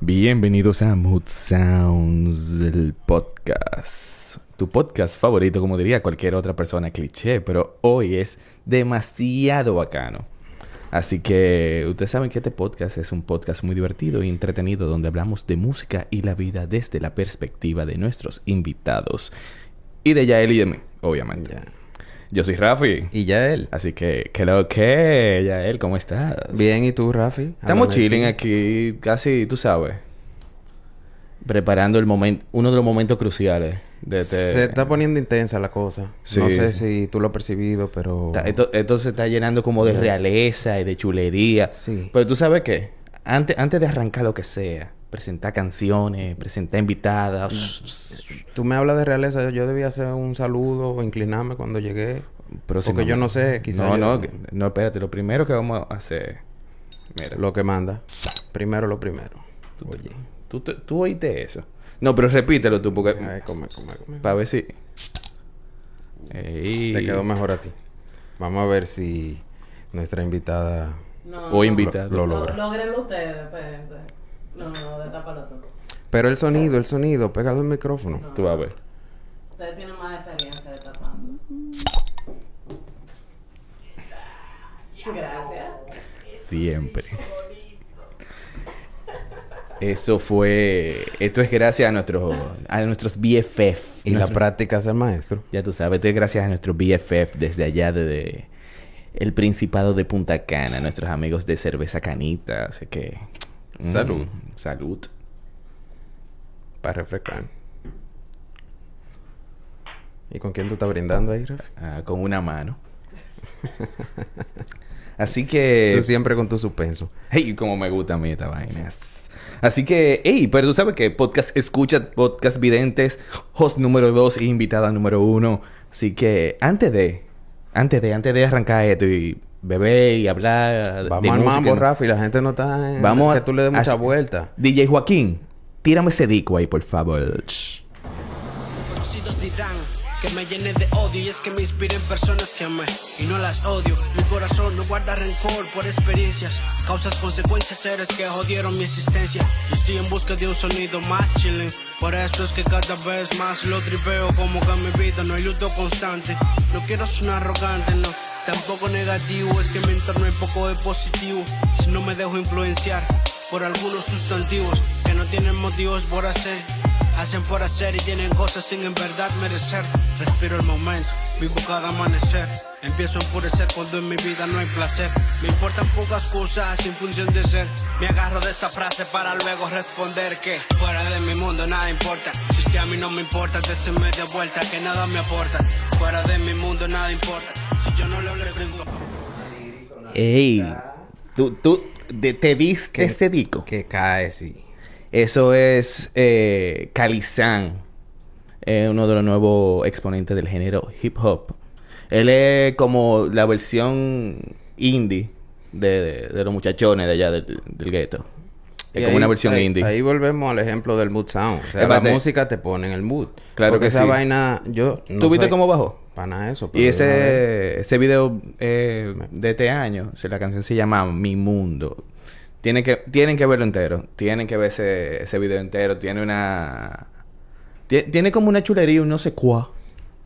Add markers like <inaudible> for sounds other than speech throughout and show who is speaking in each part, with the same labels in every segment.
Speaker 1: Bienvenidos a Mood Sounds, el podcast. Tu podcast favorito, como diría cualquier otra persona cliché, pero hoy es demasiado bacano. Así que ustedes saben que este podcast es un podcast muy divertido y entretenido donde hablamos de música y la vida desde la perspectiva de nuestros invitados. Y de Yael y de mí, obviamente.
Speaker 2: Ya.
Speaker 1: Yo soy Rafi.
Speaker 2: Y ya él.
Speaker 1: Así que, ¿qué lo que? Yael, ¿cómo estás?
Speaker 2: Bien, ¿y tú, Rafi?
Speaker 1: Estamos
Speaker 2: Háblame de
Speaker 1: chilling
Speaker 2: ti.
Speaker 1: aquí, casi, tú sabes. Preparando el momento, uno de los momentos cruciales de este-
Speaker 2: Se está poniendo intensa la cosa.
Speaker 1: Sí,
Speaker 2: no sé
Speaker 1: sí.
Speaker 2: si tú lo has percibido, pero...
Speaker 1: Está- Esto, esto se está llenando como de realeza y de chulería.
Speaker 2: Sí.
Speaker 1: Pero tú sabes qué, antes, antes de arrancar lo que sea, presentar canciones, presentar invitadas.
Speaker 2: Tú me hablas de realeza. Yo debía hacer un saludo o inclinarme cuando llegué.
Speaker 1: próximamente.
Speaker 2: yo no sé, quizá
Speaker 1: No,
Speaker 2: yo-
Speaker 1: no, que- no, espérate, lo primero que vamos a hacer. Mira,
Speaker 2: Lo que manda. Primero lo primero. Oye.
Speaker 1: ¿tú, te- tú oíste eso. No, pero repítelo tú, porque.
Speaker 2: Ay, come, come, come.
Speaker 1: Para ver si. Ey.
Speaker 2: Te quedó mejor a ti. Vamos a ver si nuestra invitada...
Speaker 3: No,
Speaker 1: O
Speaker 3: no,
Speaker 1: invita-
Speaker 2: Lo, lo
Speaker 3: lo-
Speaker 2: logra.
Speaker 3: Lógrenlo ustedes, espérense. No, no, destápalo tú.
Speaker 2: Pero el sonido, el sonido. Pegado al micrófono.
Speaker 1: Tú vas a ver.
Speaker 3: Ustedes tienen más experiencia de tapando. Gracias.
Speaker 1: Siempre. Eso fue. Esto es gracias a nuestros a nuestros BFF.
Speaker 2: Y la
Speaker 1: Nuestro-
Speaker 2: práctica es el maestro.
Speaker 1: ya tú sabes, esto es gracias a nuestros BFF desde allá desde el Principado de Punta Cana, nuestros amigos de Cerveza Canita, así que mm,
Speaker 2: Salud.
Speaker 1: salud.
Speaker 2: Para refrescar. ¿Y con quién tú estás brindando ahí, Rafi?
Speaker 1: Ah, con una
Speaker 2: <laughs>
Speaker 1: mano. Así que
Speaker 2: Tú siempre con tu suspenso.
Speaker 1: <laughs> Hey, cómo me gusta a mí esta vaina. Así que, hey, pero tú sabes que podcast escucha, podcast videntes, host número 2 e invitada número 1. Así que, antes de, antes de, antes de arrancar esto y beber y hablar de
Speaker 2: Vamos al
Speaker 1: música,
Speaker 2: mambo,
Speaker 1: ¿no?
Speaker 2: Rafi. La gente no está... En...
Speaker 1: Vamos
Speaker 2: que
Speaker 1: a-
Speaker 2: tú le des mucha
Speaker 1: a-
Speaker 2: vuelta.
Speaker 1: DJ Joaquín, tírame ese disco ahí, por favor. Ch.
Speaker 4: Conocidos dirán que me llené de odio y es que me inspiren personas que amé y no las odio. Mi corazón no guarda rencor por experiencias, causas, consecuencias, seres que jodieron mi existencia. Yo estoy en busca de un sonido más chilling, por eso es que cada vez más lo tripeo como que en mi vida no hay luto constante. No quiero sonar arrogante, no, tampoco negativo, es que mi entorno es poco de positivo si no me dejo influenciar por algunos sustantivos que no tienen motivos por hacer. Hacen por hacer y tienen cosas sin en verdad merecer. Respiro el momento, vivo cada amanecer. Empiezo a enfurecer cuando en mi vida no hay placer. Me importan pocas cosas sin función de ser. Me agarro de esta frase para luego responder que fuera de mi mundo nada importa. Si es que a mí no me importa, desde media vuelta que nada me aporta. Fuera de mi mundo nada importa. Si yo no le pregunto.
Speaker 1: Ey, tú, tú, de- te viste ese disco.
Speaker 2: Que cae, sí.
Speaker 1: Eso es eh, Calizán, eh, uno de los nuevos exponentes del género hip hop. Él es como la versión indie de, de- de los muchachones de allá del, del gueto. Es
Speaker 2: Y
Speaker 1: como
Speaker 2: ahí-
Speaker 1: una versión
Speaker 2: ahí-
Speaker 1: indie.
Speaker 2: Ahí volvemos al ejemplo del mood sound. O sea,
Speaker 1: Es
Speaker 2: la
Speaker 1: parte-
Speaker 2: música te pone en el mood.
Speaker 1: Claro
Speaker 2: Porque
Speaker 1: que
Speaker 2: esa
Speaker 1: sí.
Speaker 2: vaina... Yo no
Speaker 1: ¿Tú viste
Speaker 2: soy
Speaker 1: cómo bajó?
Speaker 2: Pana eso. pero
Speaker 1: Y
Speaker 2: de una vez-
Speaker 1: ese, ese video eh, de este año, se- la canción se llama Mi Mundo. Tienen que, tienen que verlo entero. Tienen que ver ese, ese video entero. Tiene una... tie- tiene como una chulería, un no sé cuá.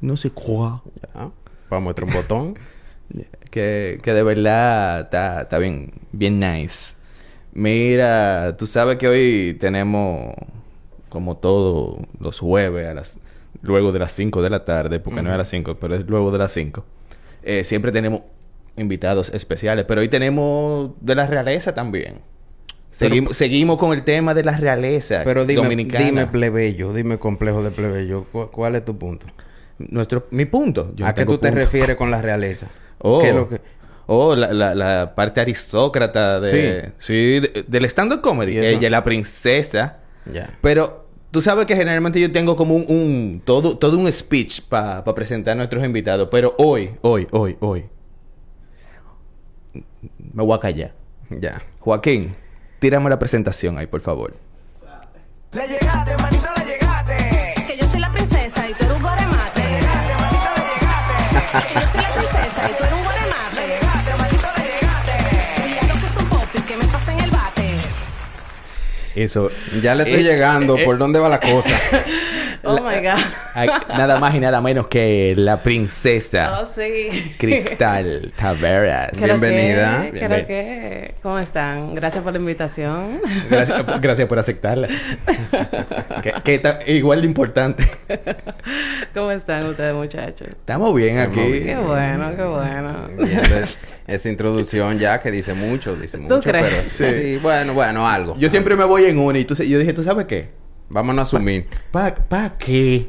Speaker 1: No sé cuá.
Speaker 2: Ya. Para muestra un
Speaker 1: <laughs>
Speaker 2: Ah. botón.
Speaker 1: Que, que de verdad está, está bien, bien nice. Mira, tú sabes que hoy tenemos, como todo, los jueves, a las, luego de las 5 de la tarde, porque no es a las 5, pero es luego de las 5. Eh, siempre tenemos invitados especiales, pero hoy tenemos de la realeza también. Seguimos, seguimos con el tema de la realeza
Speaker 2: Pero dime,
Speaker 1: dominicana.
Speaker 2: dime plebeyo. Dime complejo de plebeyo. ¿cu- ¿Cuál es tu punto?
Speaker 1: Nuestro, mi punto. Yo
Speaker 2: ¿A
Speaker 1: no
Speaker 2: qué
Speaker 1: tengo
Speaker 2: tú te
Speaker 1: punto.
Speaker 2: refieres con la realeza?
Speaker 1: Oh,
Speaker 2: ¿Qué es lo que...
Speaker 1: oh, la, la, la parte aristócrata de, sí. de- del stand-up comedy.
Speaker 2: ¿Y eso?
Speaker 1: Ella es la princesa.
Speaker 2: Ya.
Speaker 1: Pero tú sabes que generalmente yo tengo como un, un- todo, todo un speech para presentar a nuestros invitados. Pero hoy, hoy, hoy, hoy. Me voy a callar.
Speaker 2: Ya.
Speaker 1: Joaquín, tírame la presentación ahí, por favor.
Speaker 5: Le llegaste, manito, le llegaste.
Speaker 6: Que yo soy la princesa y tú eres un
Speaker 5: Le
Speaker 6: goremate.
Speaker 5: llegaste, manito, le llegaste.
Speaker 6: Que yo soy la princesa y tú eres un
Speaker 5: Le
Speaker 6: goremate.
Speaker 5: llegaste, manito, le llegaste.
Speaker 6: Mira lo que es un pop y que me pasa en el bate.
Speaker 1: Eso.
Speaker 2: Ya le estoy
Speaker 1: Eh,
Speaker 2: llegando.
Speaker 1: eh,
Speaker 2: ¿Por dónde va la cosa?
Speaker 3: Oh
Speaker 1: La-
Speaker 3: my God.
Speaker 2: <laughs>
Speaker 1: Ay, nada más y nada menos que la princesa
Speaker 3: Oh, sí.
Speaker 1: Cristal Taveras.
Speaker 3: <laughs> Creo que-
Speaker 2: Bienvenida.
Speaker 3: creo
Speaker 1: Bienven-
Speaker 3: que- ¿Cómo están? Gracias por la invitación. <laughs>
Speaker 1: Gracias, por- gracias por aceptarla. que, que ta- igual de importante.
Speaker 3: ¿Cómo están ustedes, muchachos?
Speaker 1: Estamos bien
Speaker 2: Estamos
Speaker 1: aquí.
Speaker 2: bien.
Speaker 3: Qué bueno, qué bueno.
Speaker 2: Viendo es- esa introducción ya que dice mucho, dice mucho.
Speaker 3: crees?
Speaker 2: Pero sí.
Speaker 1: Sí.
Speaker 2: bueno, bueno, algo.
Speaker 1: Yo siempre me voy en una y tú, se- yo dije, ¿tú sabes qué?
Speaker 2: Vámonos a asumir.
Speaker 1: ¿Para pa qué?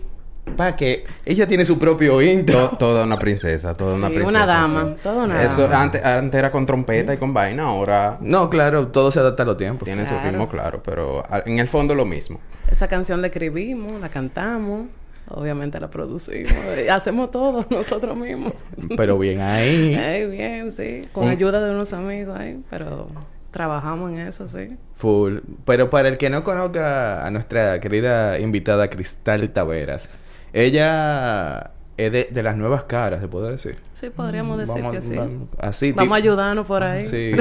Speaker 1: ¿Para qué? Ella tiene su propio
Speaker 2: To-
Speaker 1: intro.
Speaker 2: toda una princesa, toda
Speaker 3: Sí,
Speaker 2: una
Speaker 3: una
Speaker 2: princesa.
Speaker 3: dama, toda una
Speaker 2: Eso
Speaker 3: dama.
Speaker 2: Antes, antes era con trompeta y con vaina, ahora
Speaker 1: No, claro, todo se adapta a los tiempos.
Speaker 2: tiene su
Speaker 3: Claro.
Speaker 2: ritmo claro, pero a- en el fondo lo mismo.
Speaker 3: Esa canción la escribimos, la cantamos, obviamente la producimos, eh, hacemos todo <laughs> nosotros mismos.
Speaker 1: Pero bien ahí.
Speaker 3: Ay, bien, sí, con ayuda de unos amigos ahí, pero trabajamos en eso, sí.
Speaker 1: Full. Pero para el que no conozca a nuestra querida invitada Cristal Taveras, ella es de, de las nuevas caras, se puede decir.
Speaker 3: Sí, podríamos decir
Speaker 1: Mm, Vamos-
Speaker 3: que sí.
Speaker 1: vamos- así,
Speaker 3: Vamos a
Speaker 1: tipo-
Speaker 3: ayudarnos por ahí. <laughs>
Speaker 1: Sí.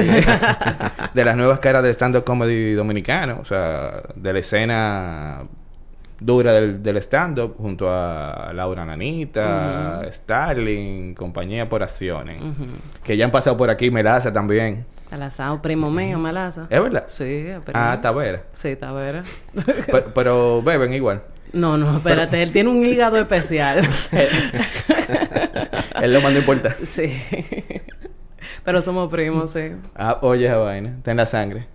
Speaker 1: de las nuevas caras del stand-up comedy dominicano, o sea, de la escena dura del, del stand-up junto a Laura Nanita, Starling, compañía por acciones, que ya han pasado por aquí, Melaza también.
Speaker 3: Malazao, primo mío, Malaza.
Speaker 1: ¿Es verdad?
Speaker 3: Sí, es primo.
Speaker 1: Ah, Tavera.
Speaker 3: Sí, Tavera.
Speaker 1: Pe- pero beben igual.
Speaker 3: <laughs> No, no, espérate, él tiene un
Speaker 1: <laughs>
Speaker 3: hígado especial.
Speaker 1: Eh, Él lo mandó importa.
Speaker 3: sí. Pero somos primos, sí.
Speaker 1: Ah, oye esa vaina, está en la sangre.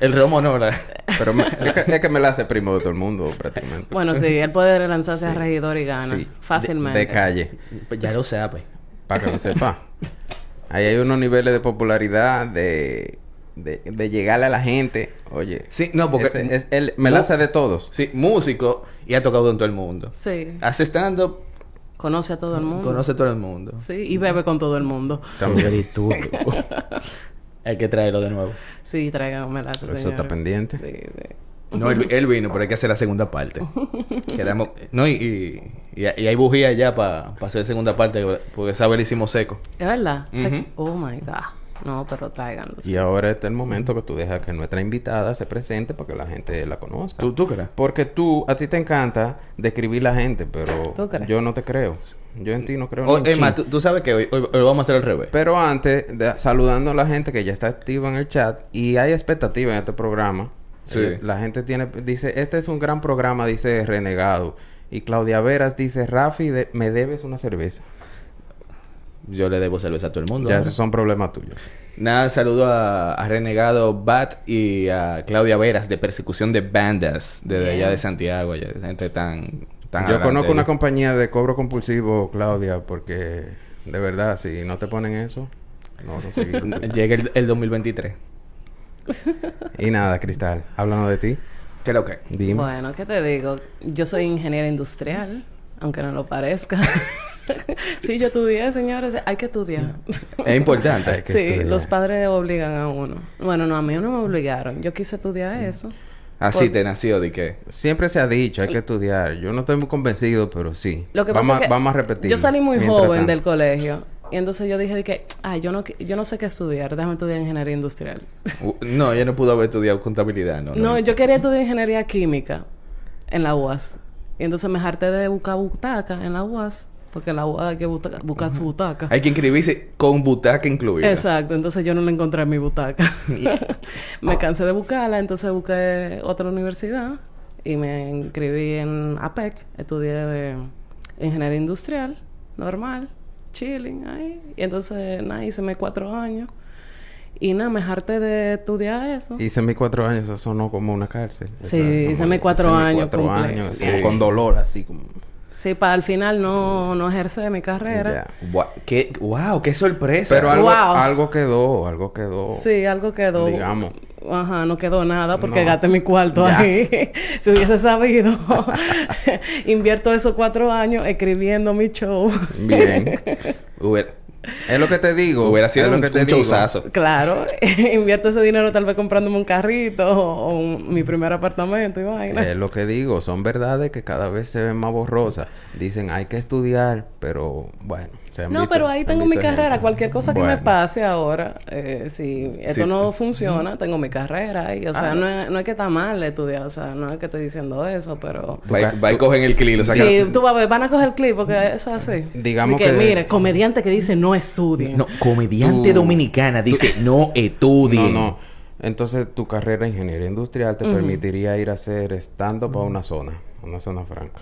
Speaker 1: El romo no, la...
Speaker 2: Pero me- es, que, es que me la hace primo de todo el mundo prácticamente.
Speaker 3: Bueno, sí, él puede lanzarse a
Speaker 2: Sí.
Speaker 3: regidor y gana.
Speaker 2: Sí.
Speaker 3: Fácilmente.
Speaker 2: De, de calle,
Speaker 1: Pues ya lo sabe.
Speaker 2: para
Speaker 1: <laughs>
Speaker 2: que lo sepa. Ahí hay unos niveles de popularidad de, de, de llegarle a la gente. Oye,
Speaker 1: Sí, no, porque-
Speaker 2: ese es el- me la hace de todos.
Speaker 1: Sí, músico y ha tocado con todo el mundo.
Speaker 3: Sí.
Speaker 1: Hace stand-up,
Speaker 3: Conoce a todo el mundo.
Speaker 1: conoce a todo el mundo.
Speaker 3: Sí, y bebe con todo el mundo.
Speaker 2: También.
Speaker 1: <laughs> tú. Hay que traerlo de nuevo.
Speaker 3: Sí, traigan Malaza,
Speaker 2: Pero
Speaker 3: señor.
Speaker 2: eso está pendiente.
Speaker 3: Sí, sí.
Speaker 1: No, él, él vino, pero hay que hacer la segunda
Speaker 3: <laughs>
Speaker 1: parte. Queremos- no, y, y, y- y hay bujía ya para hacer segunda parte, porque esa vez la hicimos seco.
Speaker 3: ¿Es verdad? Se- Oh, my God. No, pero tráiganlo.
Speaker 2: Y ahora está el momento que tú dejas que nuestra invitada se presente para que la gente la conozca.
Speaker 1: ¿Tú, tú crees?
Speaker 2: Porque tú, a ti te encanta describir la gente, pero
Speaker 3: ¿Tú crees?
Speaker 2: yo no te creo. Yo en ti no creo. ni
Speaker 1: O-
Speaker 2: un
Speaker 1: Oh, es más, tú,
Speaker 2: chin.
Speaker 1: tú sabes que hoy, hoy- hoy vamos a hacer al revés.
Speaker 2: Pero antes, de- saludando a la gente que ya está activa en el chat y hay expectativa en este programa.
Speaker 1: Sí.
Speaker 2: Eh, La gente tiene, dice, este es un gran programa, dice Renegado. Y Claudia Veras dice, Rafi, de- me debes una cerveza.
Speaker 1: Yo le debo cerveza a todo el mundo.
Speaker 2: Ya
Speaker 1: ahora.
Speaker 2: esos son problemas tuyos.
Speaker 1: Nada, saludo a, a Renegado Bat y a Claudia Veras de Persecución de Bandas, desde
Speaker 3: Bien.
Speaker 1: allá de Santiago, allá, gente tan... tan
Speaker 2: Yo
Speaker 1: adelante
Speaker 2: conozco una
Speaker 1: ahí.
Speaker 2: compañía de cobro compulsivo, Claudia, porque de verdad, si no te ponen eso, no vas
Speaker 1: <laughs>
Speaker 2: a seguir.
Speaker 1: Llega el, el 2023.
Speaker 2: y nada, Cristal, háblanos de ti.
Speaker 1: ¿Qué lo que?
Speaker 2: Dime.
Speaker 3: Bueno, ¿qué te digo? Yo soy ingeniera industrial, aunque no lo parezca. <laughs> sí, yo estudié, señores. Hay que estudiar.
Speaker 1: Es importante.
Speaker 2: Hay que
Speaker 3: sí,
Speaker 2: estudiar.
Speaker 3: los padres obligan a uno. Bueno, no, a mí no me obligaron. Yo quise
Speaker 2: Mm.
Speaker 3: estudiar eso.
Speaker 1: Así
Speaker 3: Por-
Speaker 1: te nació de que...
Speaker 2: Siempre se ha dicho, hay que estudiar. Yo no estoy muy convencido, pero sí.
Speaker 3: Lo que
Speaker 2: vamos,
Speaker 3: pasa
Speaker 2: a-
Speaker 3: es que
Speaker 2: vamos a repetir.
Speaker 3: Yo salí muy
Speaker 2: mientras
Speaker 3: joven
Speaker 2: tanto.
Speaker 3: del colegio. Y entonces yo dije de que, ay, yo no, qui- yo no sé qué estudiar. Déjame estudiar ingeniería industrial.
Speaker 1: Uh, No, ella no pudo haber estudiado contabilidad, ¿no?
Speaker 3: No, yo quería estudiar ingeniería química en la UAS. Y entonces me harté de buscar butaca en la UAS. Porque en la UAS hay que buta- buscar su butaca.
Speaker 1: Hay que inscribirse con butaca incluida.
Speaker 3: Exacto, entonces yo no la encontré en
Speaker 1: <laughs>
Speaker 3: mi butaca. <laughs> me cansé de buscarla, entonces busqué otra universidad y me inscribí en APEC, estudié eh, ingeniería industrial, normal, chilling ahí. Y entonces, nada, hice mis cuatro años y nada, me harté de estudiar eso.
Speaker 2: Hice mis cuatro años, eso sonó como una cárcel. Eso
Speaker 3: Sí,
Speaker 2: es como-
Speaker 3: hice mis cuatro
Speaker 2: mis
Speaker 3: años
Speaker 2: cuatro
Speaker 3: completos.
Speaker 2: años, así,
Speaker 1: Sí.
Speaker 2: con dolor, así como...
Speaker 3: Sí, para al final no, no ejercer mi carrera.
Speaker 2: Ya.
Speaker 1: Gua- ¿Qué? ¡Wow! ¡Qué sorpresa!
Speaker 2: Pero algo,
Speaker 3: Wow.
Speaker 2: algo quedó, algo quedó.
Speaker 3: Sí, algo quedó.
Speaker 2: Digamos.
Speaker 3: Ajá, no quedó nada porque
Speaker 2: No.
Speaker 3: gasté mi cuarto
Speaker 2: Ya.
Speaker 3: ahí. <laughs> si hubiese sabido, <laughs> invierto esos cuatro años escribiendo mi show.
Speaker 2: Bien.
Speaker 1: Hubiera-
Speaker 2: Es lo que te digo.
Speaker 1: Hubiera sido
Speaker 2: es lo
Speaker 1: un,
Speaker 2: que te
Speaker 1: un
Speaker 2: digo.
Speaker 1: chousazo.
Speaker 3: <laughs> Claro, <laughs> invierto ese dinero tal vez comprándome un carrito o, o un- mi primer apartamento y vaina.
Speaker 2: Es lo que digo, son verdades que cada vez se ven más borrosas. Dicen, hay que estudiar, pero bueno. se han
Speaker 3: No,
Speaker 2: visto-
Speaker 3: pero
Speaker 2: se
Speaker 3: ahí
Speaker 2: han
Speaker 3: tengo mi
Speaker 2: visto ejemplos.
Speaker 3: carrera. Cualquier cosa que me
Speaker 2: Bueno.
Speaker 3: pase ahora, eh, si esto
Speaker 1: Sí.
Speaker 3: no funciona, tengo mi carrera. Y, o
Speaker 2: Ah.
Speaker 3: sea, no, es, no es que está mal estudiar, o sea, no es que estoy diciendo eso, pero...
Speaker 1: Va,
Speaker 2: ca-
Speaker 1: va y cogen el clip y lo sacan.
Speaker 3: Sí, tú vas a ver, van a coger el clip porque eso es así.
Speaker 2: Digamos
Speaker 3: Y que...
Speaker 2: que-
Speaker 3: mire, comediante que dice no estudien.
Speaker 7: No, comediante
Speaker 2: Tú-
Speaker 7: dominicana dice no estudien.
Speaker 2: No, no. Entonces, tu carrera de ingeniería industrial te permitiría ir a hacer stand-up a una zona, una zona franca.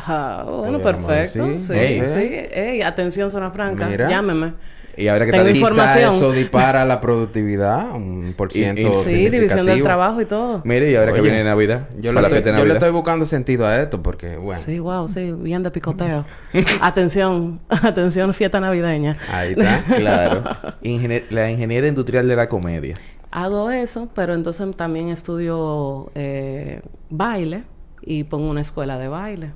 Speaker 3: Ah, bueno,
Speaker 2: Podríamos
Speaker 3: perfecto.
Speaker 2: decir.
Speaker 3: Sí,
Speaker 2: Ey.
Speaker 3: sí. Ey, atención, zona franca.
Speaker 2: Mira.
Speaker 3: Llámeme.
Speaker 1: Y ahora que
Speaker 3: Tengo
Speaker 1: te
Speaker 2: Quizá
Speaker 3: información.
Speaker 2: eso dispara la productividad, un por ciento
Speaker 1: y-
Speaker 3: Sí, división del
Speaker 2: significativo.
Speaker 3: trabajo y todo.
Speaker 1: Mire, y ahora que
Speaker 2: Oye,
Speaker 1: viene Navidad.
Speaker 2: Yo, le
Speaker 1: para la
Speaker 2: estoy,
Speaker 1: fiesta de
Speaker 2: yo le
Speaker 1: Navidad.
Speaker 2: estoy buscando sentido a esto porque, bueno.
Speaker 3: Sí, wow, sí, bien de picoteo. <laughs> atención, <laughs> atención, fiesta navideña.
Speaker 1: <laughs>
Speaker 2: Ahí está. <laughs>
Speaker 1: Claro.
Speaker 7: Ingenier- la ingeniera industrial de la comedia.
Speaker 3: Hago eso, pero entonces también estudio eh, baile y pongo una escuela de baile.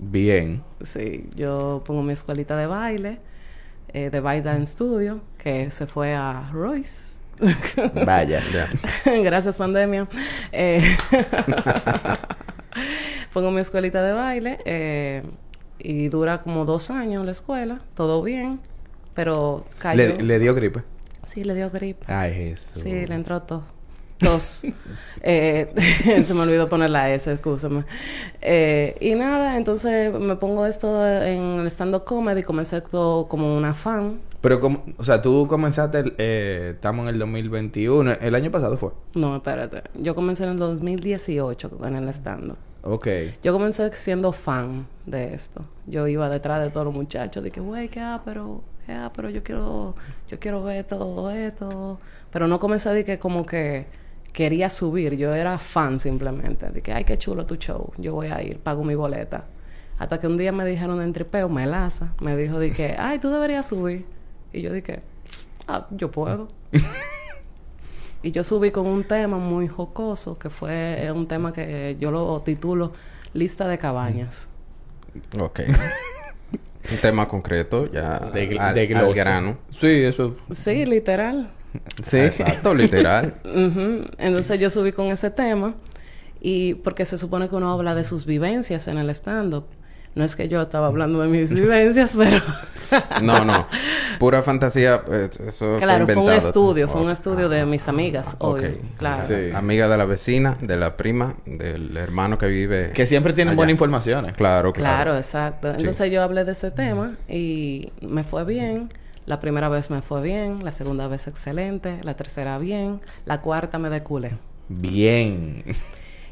Speaker 1: Bien.
Speaker 3: Sí, yo pongo mi escuelita de baile, eh, de Baile en Studio, que se fue a Royce. <laughs>
Speaker 1: Vaya.
Speaker 3: Gracias, pandemia. Eh, <laughs> pongo mi escuelita de baile eh, y dura como dos años la escuela, todo bien, pero cayó.
Speaker 1: Le, le dio gripe.
Speaker 3: Sí, le dio gripe.
Speaker 1: Ay, eso.
Speaker 3: Sí, le entró tos. Tos. Eh, <laughs> se me olvidó poner la S, escúchame. Eh, y nada, entonces me pongo esto en el stand-up comedy, comencé esto como una fan.
Speaker 1: Pero, como, o sea, tú comenzaste, el- eh, estamos en el 2021. El año pasado fue.
Speaker 3: No, espérate. Yo comencé en el 2018 en el stand-up.
Speaker 1: Ok.
Speaker 3: Yo comencé siendo fan de esto. Yo iba detrás de todos los muchachos, de que, güey, qué ah, pero, qué ah, pero yo quiero, yo quiero ver todo esto. Pero no comencé de que como que quería subir, yo era fan simplemente, de que, ay, qué chulo tu show, yo voy a ir, pago mi boleta. Hasta que un día me dijeron en tripeo, Melaza, me dijo de que, ay, tú deberías subir. Y yo dije, ah, yo puedo. Y yo subí con un tema muy jocoso, que fue eh, un tema que yo lo titulo Lista de Cabañas.
Speaker 2: Ok. un tema concreto, ya
Speaker 1: De, gl-
Speaker 2: al,
Speaker 1: de
Speaker 2: al
Speaker 1: glosa.
Speaker 2: grano.
Speaker 1: Sí, eso. Ah,
Speaker 3: Sí, literal.
Speaker 1: Sí.
Speaker 2: Exacto, literal.
Speaker 3: Ujú. Entonces yo subí con ese tema y porque se supone que uno habla de sus vivencias en el stand-up. No es que yo estaba hablando
Speaker 2: <laughs>
Speaker 3: de mis vivencias, pero...
Speaker 2: No, no. Pura fantasía. eh, Eso
Speaker 3: claro, fue un
Speaker 2: inventado.
Speaker 3: estudio, fue un
Speaker 2: Ok. Ah,
Speaker 3: estudio de mis amigas,
Speaker 2: Ok.
Speaker 3: obvio. Claro.
Speaker 1: Sí.
Speaker 2: Amiga de la vecina, de la prima, del hermano que vive.
Speaker 1: Que siempre tienen
Speaker 2: allá.
Speaker 1: buenas informaciones.
Speaker 2: Claro, claro.
Speaker 3: Claro, exacto. Entonces yo hablé de ese tema y me fue bien. La primera vez me fue bien, la segunda vez excelente, la tercera bien, la cuarta me deculé.
Speaker 1: Bien.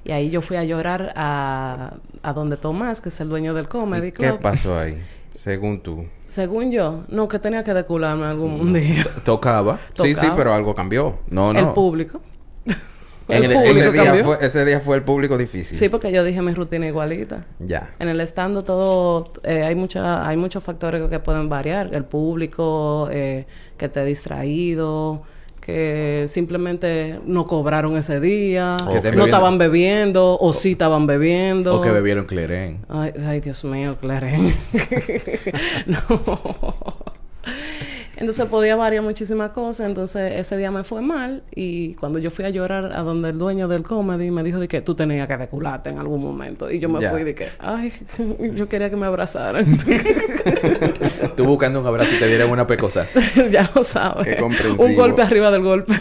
Speaker 3: Y ahí yo fui a llorar a, a donde Tomás, que es el dueño del Comedy
Speaker 2: ¿Qué
Speaker 3: Club.
Speaker 2: pasó ahí? Según tú.
Speaker 3: Según yo, no, que tenía que decularme algún día.
Speaker 1: <laughs> Tocaba.
Speaker 2: Sí, sí,
Speaker 3: Tocaba.
Speaker 2: pero algo cambió.
Speaker 1: No, no.
Speaker 3: El público.
Speaker 1: En el- ese
Speaker 2: Ese
Speaker 1: ¿Público
Speaker 2: día,
Speaker 1: cambió? pues.
Speaker 2: fue, ese día fue el público difícil.
Speaker 3: Sí, porque yo dije mi rutina igualita.
Speaker 2: Ya.
Speaker 3: En el estando todo, eh, hay mucha, hay muchos factores que pueden variar. El público, eh, que te ha distraído, que simplemente no cobraron ese día,
Speaker 1: Que te
Speaker 3: no
Speaker 1: bebiendo.
Speaker 3: estaban bebiendo, o sí estaban bebiendo.
Speaker 1: O que bebieron Cleren.
Speaker 3: Ay, ay, Dios mío, <laughs> Clarén. no. Entonces podía variar muchísimas cosas. Entonces ese día me fue mal. Y cuando yo fui a llorar a donde el dueño del comedy me dijo de que tú tenías que decularte en algún momento. Y yo me
Speaker 2: Ya.
Speaker 3: fui de que, ay, <laughs> yo quería que me abrazaran. <laughs>
Speaker 1: Tú buscando un abrazo y te dieron una pecosa.
Speaker 3: ya lo sabes.
Speaker 2: Qué comprensivo.
Speaker 3: Un golpe arriba del golpe.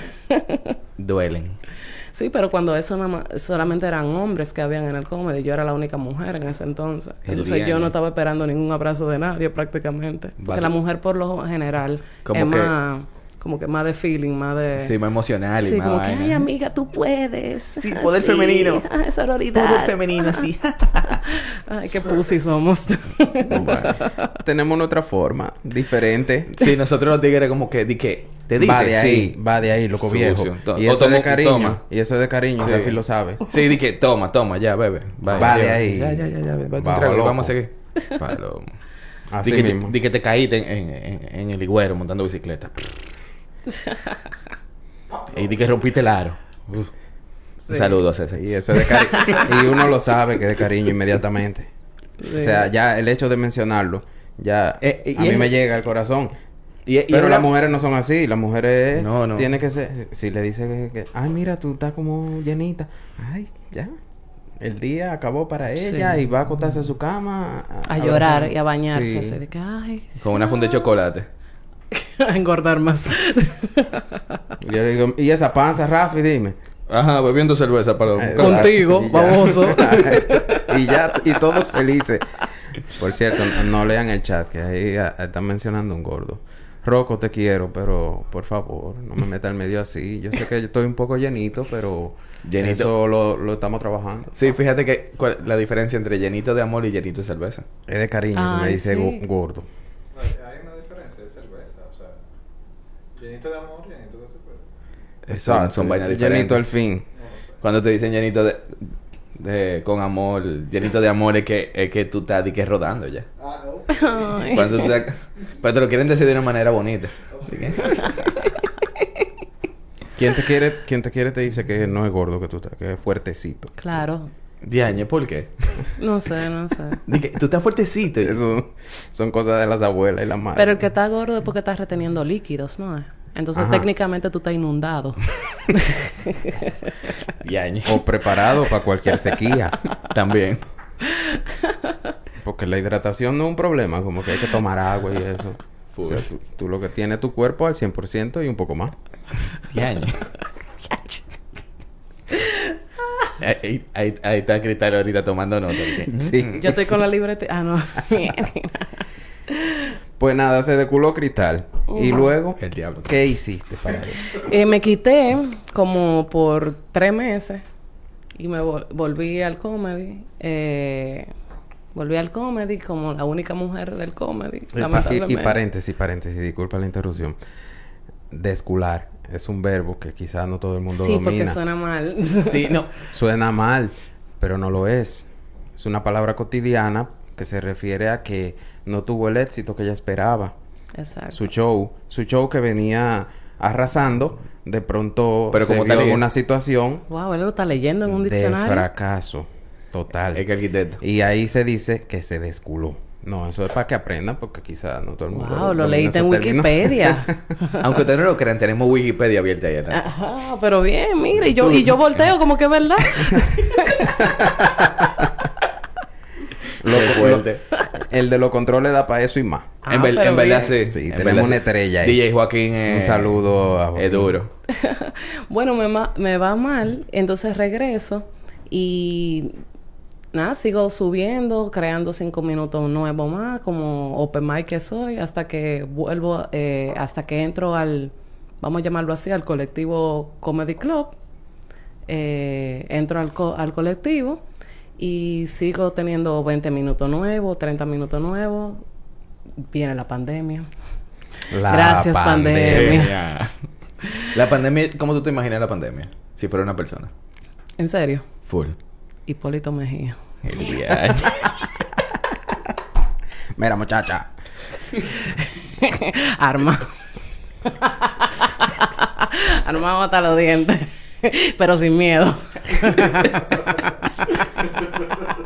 Speaker 1: Duelen.
Speaker 3: sí, pero cuando eso nada más- solamente eran hombres que habían en el comedy. Yo era la única mujer en ese entonces.
Speaker 1: El
Speaker 3: entonces
Speaker 1: día,
Speaker 3: yo
Speaker 1: ¿no?
Speaker 3: no estaba esperando ningún abrazo de nadie prácticamente. Porque
Speaker 1: Basi-
Speaker 3: la mujer por lo general
Speaker 1: Como
Speaker 3: es
Speaker 1: que-
Speaker 3: más... Como que más de feeling, más de...
Speaker 1: Eh. Sí, más emocional y
Speaker 3: Sí,
Speaker 1: más
Speaker 3: como que,
Speaker 1: vaina.
Speaker 3: ay, amiga, tú puedes. ah,
Speaker 7: Sí,
Speaker 3: <laughs>
Speaker 7: poder femenino.
Speaker 3: Ay, sororidad.
Speaker 7: Poder femenino, sí.
Speaker 3: Ay, qué
Speaker 1: <laughs>
Speaker 3: pussy somos. <laughs>
Speaker 2: Bueno, tenemos otra forma, diferente.
Speaker 1: Sí, nosotros los tigres como que... Di que te dije,
Speaker 2: va de ahí,
Speaker 1: sí.
Speaker 2: va de ahí, loco
Speaker 1: Sucio.
Speaker 2: viejo.
Speaker 1: To-
Speaker 2: Y
Speaker 1: o
Speaker 2: eso es de
Speaker 1: tomo-
Speaker 2: cariño.
Speaker 1: toma.
Speaker 2: Y eso es de cariño,
Speaker 1: Sí.
Speaker 2: Rafi lo sabe.
Speaker 1: Sí, di que toma, toma, ya, bebe. Vaya,
Speaker 2: Va de
Speaker 1: lleva.
Speaker 2: ahí.
Speaker 1: Ya, ya, ya, ya. bebe,
Speaker 2: Bajo
Speaker 1: un trago y
Speaker 2: loco.
Speaker 1: vamos a seguir. Palomo.
Speaker 2: Así
Speaker 1: di, que,
Speaker 2: mismo.
Speaker 1: di que te caíste en, en- en- en el higüero montando bicicleta. y di que rompiste el aro. Uf. Un saludo a César.
Speaker 2: Y eso es de cariño. y uno lo sabe que es de cariño inmediatamente. O sea, ya el hecho de mencionarlo, ya
Speaker 1: Eh, eh,
Speaker 2: a
Speaker 1: y
Speaker 2: mí
Speaker 1: es-
Speaker 2: me llega al corazón.
Speaker 1: Y, y
Speaker 2: Pero
Speaker 1: era
Speaker 2: las
Speaker 1: una-
Speaker 2: mujeres no son así, las mujeres
Speaker 1: No, no.
Speaker 2: tiene que ser, si le dicen que, ay mira, tú estás como llenita, ay, ya, el día acabó para ella
Speaker 3: Sí.
Speaker 2: y va a acostarse a su cama.
Speaker 3: A llorar y a bañarse.
Speaker 2: Sí.
Speaker 3: Así de que, ay. ah".
Speaker 1: Con una funda de chocolate.
Speaker 3: <laughs> a engordar más.
Speaker 2: Y Yo le digo, y esa panza, Rafi, dime.
Speaker 1: Ajá, bebiendo cerveza, perdón.
Speaker 2: Eh,
Speaker 3: Contigo,
Speaker 2: y
Speaker 1: <laughs>
Speaker 2: ya.
Speaker 3: baboso.
Speaker 2: y ya, y todos felices. Por cierto, no, no lean el chat, que ahí ah, están mencionando un gordo. Rocco, te quiero, pero por favor, no me meta al medio así. Yo sé que yo estoy un poco llenito, pero
Speaker 1: Llenito.
Speaker 2: eso lo, lo estamos trabajando.
Speaker 1: Sí, fíjate que cuál- la diferencia entre llenito de amor y llenito de cerveza.
Speaker 2: Es de cariño, que me
Speaker 3: Ay,
Speaker 2: dice
Speaker 3: sí.
Speaker 2: go- gordo.
Speaker 8: No, hay una diferencia de cerveza, o sea, llenito de amor, llenito de cerveza.
Speaker 1: Son, son vainas diferentes.
Speaker 2: Llenito al fin.
Speaker 1: Cuando te dicen llenito de, de- con amor, llenito de amor es que, es que tú estás di que rodando ya.
Speaker 8: Ah, no.
Speaker 3: Ay.
Speaker 1: <laughs> Cuando tú te- pero te lo quieren decir de una manera bonita.
Speaker 2: Quien te quiere, quien te quiere te dice que no es gordo que tú estás, que es fuertecito.
Speaker 3: Claro.
Speaker 1: Diañe, ¿por qué?
Speaker 3: No sé, no sé.
Speaker 1: Di que, tú estás fuertecito.
Speaker 2: Eso son cosas de las abuelas y las madres.
Speaker 3: Pero el que está gordo es porque está reteniendo líquidos, ¿no? Entonces,
Speaker 2: Ajá.
Speaker 3: técnicamente tú estás inundado.
Speaker 1: Diañe.
Speaker 2: O preparado para cualquier sequía.
Speaker 1: También.
Speaker 2: Porque la hidratación no es un problema, como que hay que tomar agua y eso. O sea, tú, tú lo que tiene tu cuerpo al 100% y un poco más.
Speaker 1: Diañe. ahí, ahí- ahí está Cristal ahorita tomando nota. di
Speaker 2: <laughs>
Speaker 1: que,
Speaker 2: Sí.
Speaker 3: <laughs> Yo estoy con la libreta. Ah, no.
Speaker 2: Pues nada, se deculó cristal. Y luego,
Speaker 1: El diablo.
Speaker 2: ¿qué hiciste para
Speaker 3: <laughs>
Speaker 2: eso?
Speaker 3: <laughs> Eh, me quité como por tres meses y me vol- volví al comedy. Eh, volví al comedy como la única mujer del comedy.
Speaker 2: Y, pa- y-
Speaker 3: lamentablemente.
Speaker 2: y paréntesis, paréntesis, disculpa la interrupción. Descular es un verbo que quizás no todo el mundo
Speaker 3: Sí, porque
Speaker 2: domina. <laughs>
Speaker 3: suena mal.
Speaker 1: Sí, no.
Speaker 2: Suena mal, pero no lo es. Es una palabra cotidiana que se refiere a que no tuvo el éxito que ella esperaba.
Speaker 3: Exacto.
Speaker 2: su show, su show que venía arrasando, de pronto
Speaker 1: Pero
Speaker 2: se
Speaker 1: como
Speaker 2: vio
Speaker 1: tal
Speaker 2: en
Speaker 1: es.
Speaker 2: una situación
Speaker 3: Wow, él lo está leyendo en un
Speaker 2: de
Speaker 3: diccionario.
Speaker 2: fracaso total.
Speaker 1: Es que arquitecto.
Speaker 2: Y ahí se dice que se desculó. No, eso es para que aprendan porque quizás no todo el mundo.
Speaker 3: Wow, lo
Speaker 2: domina
Speaker 3: leíste en
Speaker 2: esos términos.
Speaker 3: Wikipedia.
Speaker 2: <laughs>
Speaker 1: Aunque ustedes no lo crean, tenemos Wikipedia abierta ahí. atrás.
Speaker 3: Ajá, pero bien, mira, y yo, y yo volteo como que es verdad.
Speaker 2: Lo-
Speaker 1: Qué fuerte.
Speaker 2: el de los controles da para eso y más.
Speaker 1: en, ver-
Speaker 3: Ah, pero
Speaker 1: en verdad
Speaker 2: bien.
Speaker 1: sí.
Speaker 2: Sí,
Speaker 1: En
Speaker 2: tenemos
Speaker 1: verdad
Speaker 2: una
Speaker 1: sí.
Speaker 2: estrella ahí.
Speaker 1: DJ Joaquín eh,
Speaker 2: Un saludo a
Speaker 1: Es duro.
Speaker 3: Bueno, me, ma- me va mal, entonces regreso y nada, sigo subiendo, creando cinco minutos nuevo más, como open mic que soy, hasta que vuelvo, eh, hasta que entro al, vamos a llamarlo así, al colectivo Comedy Club. Eh, entro al, co- al colectivo y sigo teniendo 20 minutos nuevos, 30 minutos nuevos. Viene la pandemia.
Speaker 2: La
Speaker 3: Gracias,
Speaker 2: Eh,
Speaker 3: pandemia.
Speaker 1: La pandemia, ¿cómo tú te imaginas la pandemia? Si fuera una persona.
Speaker 3: En serio,
Speaker 1: Full.
Speaker 3: Hipólito Mejía. <laughs>
Speaker 2: Mira, muchacha.
Speaker 3: Arma. Armado hasta los dientes. Pero sin miedo.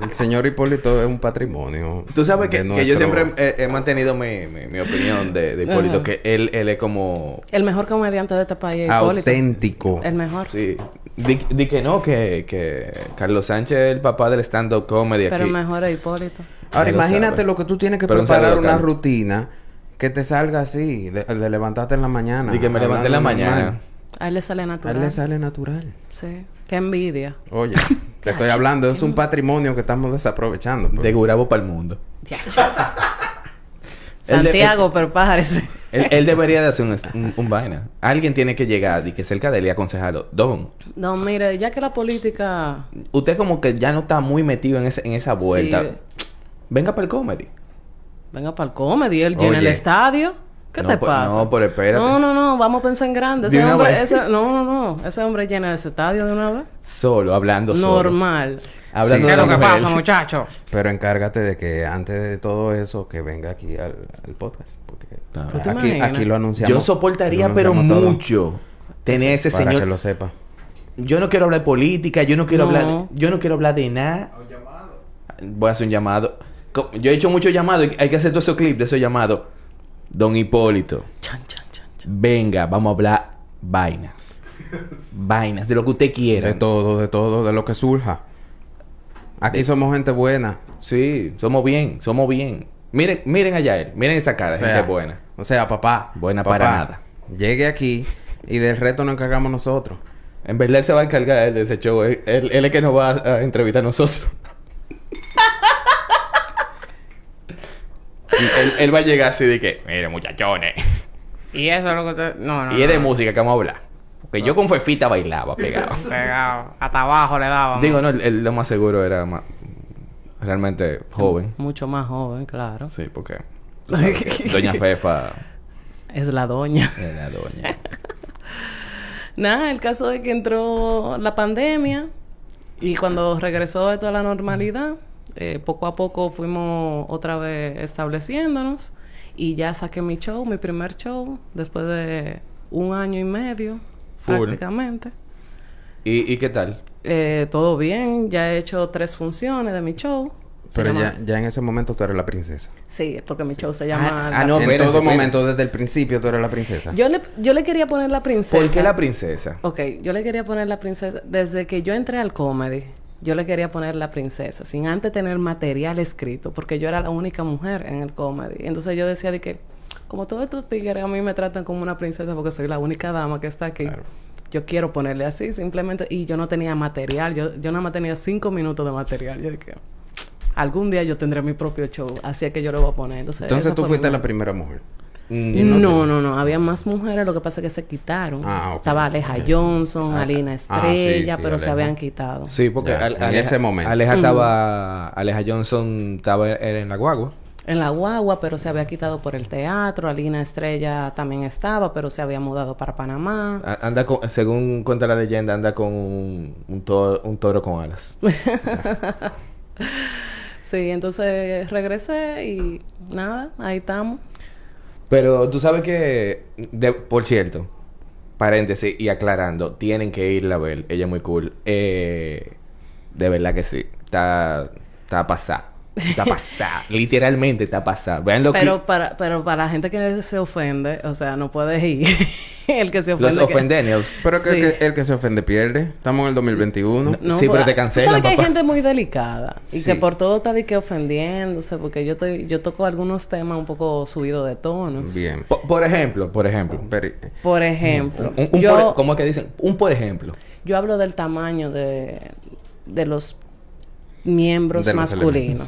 Speaker 2: El señor Hipólito es un patrimonio.
Speaker 1: Tú sabes
Speaker 2: de
Speaker 1: que, que yo
Speaker 2: nuestro-
Speaker 1: siempre eh, he, mantenido mi, mi- mi opinión de, de Hipólito,
Speaker 3: Ajá.
Speaker 1: que él, él es como...
Speaker 3: El mejor comediante de este país es Hipólito.
Speaker 2: auténtico.
Speaker 3: El mejor.
Speaker 1: Sí. Di, di que no, que, que Carlos Sánchez es el papá del stand-up comedy
Speaker 3: Pero el
Speaker 1: aquí.
Speaker 3: mejor es Hipólito.
Speaker 2: Ahora,
Speaker 1: Ya lo
Speaker 2: imagínate
Speaker 1: sabe.
Speaker 2: lo que tú tienes que
Speaker 1: Pero un
Speaker 2: preparar
Speaker 1: saludo,
Speaker 2: una
Speaker 1: Carlos.
Speaker 2: rutina que te salga así, de, de levantarte en la mañana.
Speaker 1: Di que me levanté en la
Speaker 2: hablando normal.
Speaker 1: mañana.
Speaker 3: A él le sale
Speaker 2: A
Speaker 3: natural.
Speaker 2: él le sale natural.
Speaker 3: Sí. Qué envidia.
Speaker 2: <laughs> Oye, te estoy hablando, es un patrimonio que estamos desaprovechando. pues.
Speaker 1: De Gurabo para el mundo.
Speaker 3: <laughs> Ya, ya sé.
Speaker 1: El de-
Speaker 3: Santiago, prepárese.
Speaker 1: Él, él debería de hacer un, un- un vaina. Alguien tiene que llegar y que cerca de él y aconsejarlo. Don,
Speaker 3: No, mire, ya que la política...
Speaker 1: usted como que ya no está muy metido en, ese- en esa vuelta.
Speaker 3: Sí.
Speaker 1: Venga para el comedy.
Speaker 3: Venga para el comedy, él llena el
Speaker 1: Oye.
Speaker 3: estadio. ¿Qué
Speaker 1: No,
Speaker 3: te
Speaker 1: pe-
Speaker 3: pasa?
Speaker 1: no, pero espérate.
Speaker 3: No, no, no, vamos a pensar en grande.
Speaker 1: De
Speaker 3: Ese
Speaker 1: una
Speaker 3: hombre,
Speaker 1: vez.
Speaker 3: ese, no, no, no, ese hombre llena ese estadio de una vez.
Speaker 1: Solo, hablando solo.
Speaker 3: Normal.
Speaker 1: Hablando de
Speaker 2: Sí. ¿Qué es
Speaker 1: la
Speaker 2: lo que
Speaker 1: mujer.
Speaker 3: muchacho?
Speaker 2: Pero encárgate de que antes de todo eso, que venga aquí al, al podcast. Porque
Speaker 1: Ah.
Speaker 3: ¿Tú te
Speaker 2: aquí,
Speaker 3: imaginas?
Speaker 2: aquí lo anunciamos.
Speaker 1: Yo soportaría,
Speaker 2: Lo
Speaker 1: pero
Speaker 2: anunciamos todo.
Speaker 1: mucho, tener ese
Speaker 2: Para que
Speaker 1: señor.
Speaker 2: lo sepa.
Speaker 1: Yo no quiero hablar de política, yo no quiero
Speaker 3: No.
Speaker 1: hablar, yo no quiero hablar de nada. Voy a hacer un llamado. Co- Yo he hecho muchos llamados, y hay que hacer todos esos clips de esos llamados. Don Hipólito,
Speaker 3: Chan, chan, chan, chan.
Speaker 1: venga, vamos a hablar vainas. Vainas, de lo que usted quiera.
Speaker 2: De todo, de todo, de lo que surja. Aquí somos gente buena.
Speaker 1: Sí, somos bien, somos bien. Miren, miren allá él, miren esa cara,
Speaker 2: O
Speaker 1: gente
Speaker 2: sea,
Speaker 1: buena.
Speaker 2: O sea, papá.
Speaker 1: Buena
Speaker 2: papá,
Speaker 1: para nada.
Speaker 2: Llegue aquí y del reto nos encargamos nosotros.
Speaker 1: En verdad él se va a encargar él de ese show. Él, él- él es que nos va a, a entrevistar a nosotros. Y él, él va a llegar así de que, mire muchachones.
Speaker 3: Y eso es lo que te... No, no.
Speaker 1: Y es de
Speaker 3: no.
Speaker 1: música que vamos a hablar. Porque yo con Fefita bailaba pegado.
Speaker 3: Pegado. Hasta abajo le daban.
Speaker 1: Digo, no, él, él lo más seguro era más- realmente joven.
Speaker 3: Mucho más joven, claro.
Speaker 1: Sí, porque tú sabes que <laughs> Doña Fefa
Speaker 3: Es la doña.
Speaker 1: era doña.
Speaker 3: Nada, el caso de que entró la pandemia y cuando regresó de toda la normalidad, eh, poco a poco fuimos otra vez estableciéndonos y ya saqué mi show, mi primer show, después de un año y medio
Speaker 1: Full.
Speaker 3: prácticamente.
Speaker 1: ¿Y, y qué tal?
Speaker 3: Eh, todo bien, ya he hecho tres funciones de mi show. Se
Speaker 2: Pero
Speaker 3: llama-
Speaker 2: ya, ya en ese momento tú eres la princesa.
Speaker 3: Sí, porque mi show se llama...
Speaker 1: ah,
Speaker 3: La-
Speaker 1: No,
Speaker 2: en
Speaker 1: espérate,
Speaker 2: todo
Speaker 1: espérate.
Speaker 2: momento, desde el principio, tú eres la princesa.
Speaker 3: yo, le, yo le quería poner la princesa.
Speaker 1: ¿Por qué la princesa?
Speaker 3: Ok, yo le quería poner la princesa. Desde que yo entré al comedy, yo le quería poner la princesa, sin antes tener material escrito, porque yo era la única mujer en el comedy. Entonces yo decía de que, como todos estos tigres a mí me tratan como una princesa porque soy la única dama que está aquí. Yo quiero ponerle así, simplemente. Y yo no tenía material, yo, yo nada más tenía cinco minutos de material. Yo dije, algún día yo tendré mi propio show, así es que yo lo voy a poner. Entonces,
Speaker 2: Entonces
Speaker 3: esa
Speaker 2: tú
Speaker 3: fue
Speaker 2: fuiste
Speaker 3: mi-
Speaker 2: la primera mujer.
Speaker 1: Mm,
Speaker 3: no, no, no, Había más mujeres, lo que pasa es que se quitaron.
Speaker 2: Ah, ok.
Speaker 3: Estaba Aleja Johnson,
Speaker 2: Ah,
Speaker 3: Alina
Speaker 2: ah, sí,
Speaker 3: Estrella,
Speaker 2: sí,
Speaker 3: pero se
Speaker 2: Aleja.
Speaker 3: habían quitado.
Speaker 1: Sí, porque
Speaker 2: Ya,
Speaker 1: Ale-
Speaker 2: en ese momento.
Speaker 1: Aleja estaba... Aleja Johnson estaba era en la guagua.
Speaker 3: En la guagua, pero se había quitado por el teatro. Alina Estrella también estaba, pero se había mudado para Panamá.
Speaker 1: A- Anda con- según cuenta la leyenda, anda con un, un, to- un toro con alas.
Speaker 3: Sí, entonces regresé y nada, ahí estamos.
Speaker 1: Pero tú sabes que, de- por cierto, paréntesis y aclarando, tienen que irla a ver. Ella es muy cool. Eh, de verdad que sí. Está, está pasada. Está pasada. Literalmente está pasada. Vean lo
Speaker 3: Pero para, pero para la gente que se ofende, o sea, no puedes ir. <laughs> el que se
Speaker 1: Los
Speaker 3: ofende. que-
Speaker 1: ofendenials.
Speaker 2: Pero que
Speaker 3: Sí.
Speaker 2: el, que, el que se ofende pierde. Estamos en el 2021.
Speaker 1: No. Sí, pero te
Speaker 3: ah,
Speaker 1: cancelan,
Speaker 3: Tú sabes que hay
Speaker 1: papá.
Speaker 3: gente muy delicada y
Speaker 1: Sí.
Speaker 3: que por todo está de que ofendiéndose, porque yo estoy, yo toco algunos temas un poco subidos de tonos.
Speaker 2: Bien.
Speaker 1: Po- por ejemplo, por ejemplo.
Speaker 2: Pero-
Speaker 3: Por ejemplo,
Speaker 1: Un, un
Speaker 3: yo,
Speaker 1: por- ¿Cómo es que dicen? Un por ejemplo.
Speaker 3: yo hablo del tamaño de, de los miembros
Speaker 2: de los
Speaker 3: masculinos.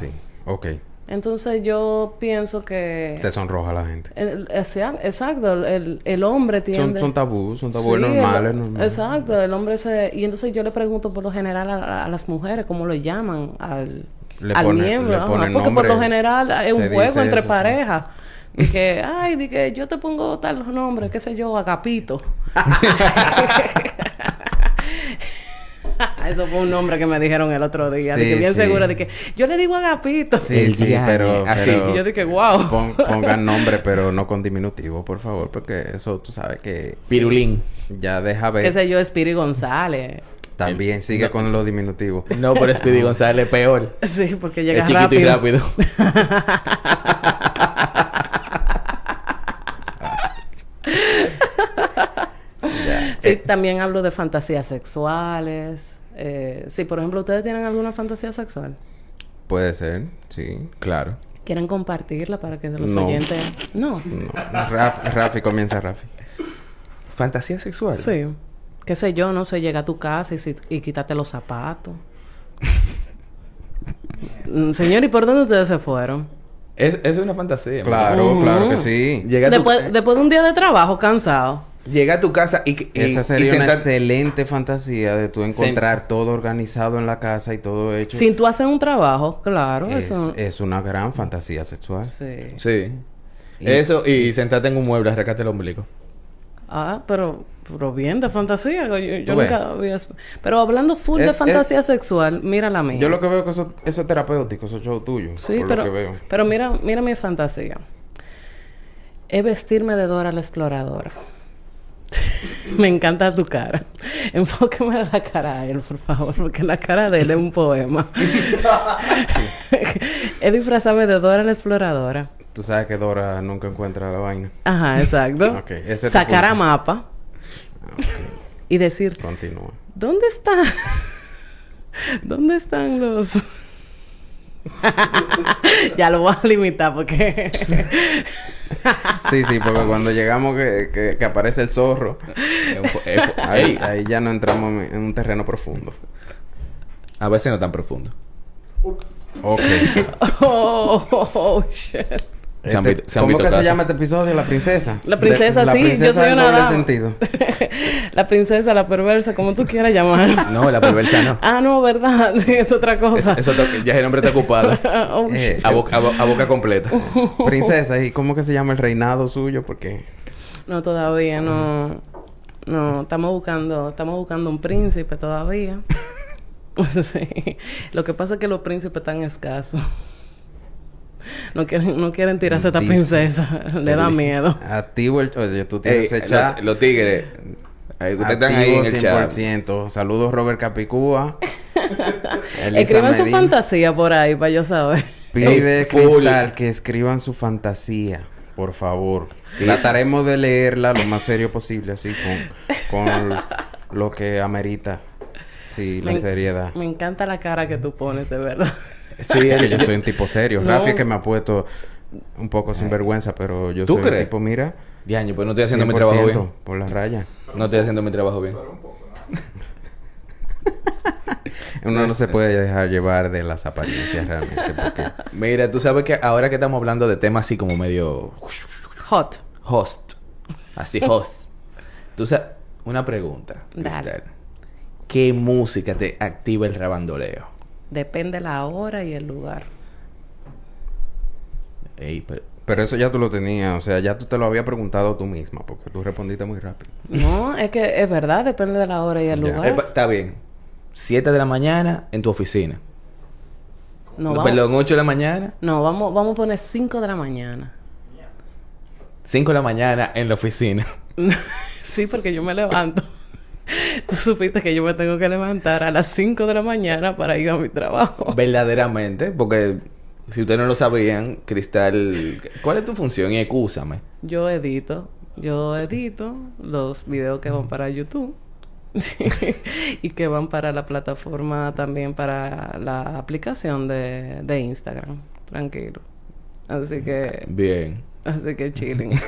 Speaker 2: elementos, Sí. Ok.
Speaker 3: Entonces yo pienso que
Speaker 2: Se sonroja la gente.
Speaker 3: el- ese- exacto, el, el hombre tiene
Speaker 2: Son, son tabús, son
Speaker 3: Sí,
Speaker 2: tabúes
Speaker 3: el-
Speaker 2: normales, normales.
Speaker 3: Exacto, el hombre se... Y entonces yo le pregunto por lo general a, a las mujeres cómo lo llaman al,
Speaker 2: Le
Speaker 3: al
Speaker 2: pone-
Speaker 3: miembro.
Speaker 2: le
Speaker 3: ajá,
Speaker 2: pone
Speaker 3: porque por
Speaker 2: nombre,
Speaker 3: lo general es
Speaker 2: se
Speaker 3: un
Speaker 2: dice
Speaker 3: juego entre
Speaker 2: eso, sí.
Speaker 3: parejas.
Speaker 2: <laughs>
Speaker 3: Y que, ay, di que yo te pongo tal nombre, qué sé yo, Agapito.
Speaker 2: <laughs>
Speaker 3: Eso fue un nombre que me dijeron el otro día. de que
Speaker 2: Sí,
Speaker 3: bien
Speaker 2: sí.
Speaker 3: segura de que yo le digo Agapito.
Speaker 2: Sí,
Speaker 1: El
Speaker 2: sí,
Speaker 1: día
Speaker 2: pero,
Speaker 1: de- así.
Speaker 2: pero-
Speaker 3: Y yo dije, "Guau".
Speaker 2: pon- pongan nombre, pero no con diminutivo, por favor, porque eso tú sabes que
Speaker 1: Pirulín.
Speaker 2: ya deja
Speaker 3: Qué
Speaker 2: ver.
Speaker 3: sé yo, Spiri González. <laughs>
Speaker 2: También sigue con los diminutivos.
Speaker 1: No, pero Speedy González es peor.
Speaker 3: Sí, porque
Speaker 1: Es
Speaker 3: llega
Speaker 1: chiquito y rápido.
Speaker 3: <laughs> Sí, también hablo de fantasías sexuales. Eh, sí, por ejemplo, ¿ustedes tienen alguna fantasía sexual?
Speaker 2: Puede ser, sí. <laughs>
Speaker 1: Claro.
Speaker 3: ¿Quieren compartirla para que los
Speaker 2: No.
Speaker 3: oyentes... No.
Speaker 2: No, Raf- Rafi, comienza Rafi.
Speaker 1: Fantasía sexual.
Speaker 3: Sí. Qué sé yo, no sé, llega a tu casa y, si- y quítate los zapatos. Mm, Señor, ¿y por dónde ustedes se fueron?
Speaker 1: Es, es una fantasía.
Speaker 2: Claro,
Speaker 3: Ujú.
Speaker 2: claro que sí.
Speaker 1: Llega a, tu,
Speaker 3: Después, después de un día de trabajo, cansado.
Speaker 1: llega a tu casa y, que- y-
Speaker 2: Esa
Speaker 1: y
Speaker 2: sería una
Speaker 1: senta-
Speaker 2: excelente fantasía de tú encontrar todo organizado en la casa y todo hecho.
Speaker 3: Sin tú hacer un trabajo, claro,
Speaker 2: es, eh,
Speaker 3: eso...
Speaker 2: es una gran fantasía sexual.
Speaker 3: Sí.
Speaker 1: Sí. Eso y sentarte en un mueble, arrecate el ombligo.
Speaker 3: Ah, pero, pero bien de fantasía. Yo, yo
Speaker 2: Tú ves.
Speaker 3: nunca había... Pero hablando full
Speaker 2: Es-
Speaker 3: de
Speaker 2: es-
Speaker 3: fantasía sexual, mira la mía.
Speaker 2: Yo lo que veo que eso, eso es terapéutico, eso es show tuyo.
Speaker 3: Sí,
Speaker 2: por
Speaker 3: pero,
Speaker 2: lo que veo.
Speaker 3: pero mira, mira mi fantasía. Es vestirme de Dora la Exploradora. <laughs> Me encanta tu cara. <laughs> Enfóqueme a la cara de él, por favor, porque la cara de él es un poema. <laughs> es disfrazarme de Dora la exploradora.
Speaker 2: Tú sabes que Dora nunca encuentra la vaina.
Speaker 3: Ajá, exacto.
Speaker 2: Ok, ese es tu
Speaker 3: Sacar a
Speaker 2: punto. Ah,
Speaker 3: mapa y decir,
Speaker 2: Continúa.
Speaker 3: ¿dónde está? <laughs> ¿Dónde están los...? <laughs> ya lo voy a limitar porque... <laughs>
Speaker 2: Sí, sí, porque cuando llegamos que, que- que aparece el zorro,
Speaker 1: Es un po- es po-
Speaker 2: ahí,
Speaker 1: Ey,
Speaker 2: ahí ya no entramos en- en un terreno profundo.
Speaker 1: a veces no tan profundo.
Speaker 2: Ok.
Speaker 3: oh, oh, oh, shit.
Speaker 1: Se han
Speaker 2: Este-
Speaker 1: visto- se han
Speaker 2: ¿Cómo
Speaker 1: visto
Speaker 2: que se
Speaker 1: casos.
Speaker 2: llama este episodio? La princesa.
Speaker 3: La princesa,
Speaker 2: De- la
Speaker 3: sí, yo
Speaker 2: princesa
Speaker 3: soy
Speaker 2: en
Speaker 3: una
Speaker 2: doble
Speaker 3: dama. <laughs>
Speaker 2: sentido.
Speaker 3: la princesa, la perversa, como tú quieras llamarla.
Speaker 1: No, la perversa
Speaker 3: <laughs>
Speaker 1: no.
Speaker 3: ah, no, ¿verdad? es otra
Speaker 1: Es-
Speaker 3: cosa.
Speaker 1: eso to- ya el hombre está ocupado.
Speaker 3: <laughs> Oh,
Speaker 2: Eh,
Speaker 1: A, boca- a bo- a boca completa.
Speaker 2: princesa, ¿y cómo que se llama el reinado suyo? Porque
Speaker 3: No, todavía no. No, estamos buscando, estamos buscando un príncipe todavía. <laughs> sí. Lo que pasa es que los príncipes están escasos. No quieren, no quieren tirarse a esta
Speaker 2: Dice.
Speaker 3: princesa. <laughs> Le da miedo.
Speaker 2: activo el... Oye, tú
Speaker 1: Ey,
Speaker 2: tienes ese
Speaker 1: Eh, lo-
Speaker 2: chat.
Speaker 1: los tigres. Ahí, ustedes están ahí en
Speaker 2: activo
Speaker 1: el chat.
Speaker 2: 100%. Saludos, Robert
Speaker 3: <laughs>
Speaker 2: Capicúa. Elisa
Speaker 3: Escriben su
Speaker 2: Medina.
Speaker 3: fantasía por ahí para yo saber. <laughs>
Speaker 2: Pide
Speaker 1: Ey, full.
Speaker 2: Cristal que escriban su fantasía, por favor. Trataremos de leerla lo más serio posible, así, con, con lo que amerita. Sí, la
Speaker 3: Me-
Speaker 2: seriedad.
Speaker 3: Me encanta la cara que tú pones, de verdad.
Speaker 2: Sí, que yo soy un tipo serio.
Speaker 3: No.
Speaker 2: Rafi que me ha puesto un poco sinvergüenza, pero yo
Speaker 1: ¿Tú
Speaker 2: soy
Speaker 1: crees?
Speaker 2: un tipo, mira,
Speaker 1: Diaño, pues no estoy haciendo mi
Speaker 2: 100%
Speaker 1: trabajo bien.
Speaker 2: por la raya.
Speaker 1: No estoy haciendo mi trabajo bien.
Speaker 2: Uno no se puede dejar llevar de las apariencias realmente, porque
Speaker 1: Mira, tú sabes que ahora que estamos hablando de temas así como medio
Speaker 3: Hot.
Speaker 1: host.
Speaker 3: <laughs>
Speaker 1: Así host. tú sabes, una pregunta,
Speaker 3: Dale.
Speaker 1: Cristal. ¿Qué música te activa el rabandoleo?
Speaker 3: Depende la hora y el lugar.
Speaker 1: Ey, pero-
Speaker 2: Pero eso ya tú lo tenías, o sea, ya tú te lo había preguntado tú misma, porque tú respondiste muy rápido.
Speaker 3: No, es que es verdad, depende de la hora y el
Speaker 2: Ya.
Speaker 3: lugar.
Speaker 1: Eh, pa- Está bien. 7 de la mañana en tu oficina.
Speaker 3: No,
Speaker 1: No,
Speaker 3: vamos,
Speaker 1: Perdón, 8 de la mañana.
Speaker 3: no vamos, vamos a poner 5 de la mañana.
Speaker 1: 5 de la mañana en la
Speaker 3: <laughs>
Speaker 1: oficina.
Speaker 3: Sí, porque yo me levanto. <laughs> Tú supiste que yo me tengo que levantar a las 5 de la mañana para ir a mi trabajo.
Speaker 1: Verdaderamente, porque si ustedes no lo sabían, Cristal, ¿cuál es tu función? Y excúsame.
Speaker 3: Yo edito, yo edito los videos que van para YouTube. <laughs> y que van para la plataforma también para la aplicación de, de Instagram. Tranquilo. Así que,
Speaker 1: Bien.
Speaker 3: así que chilling.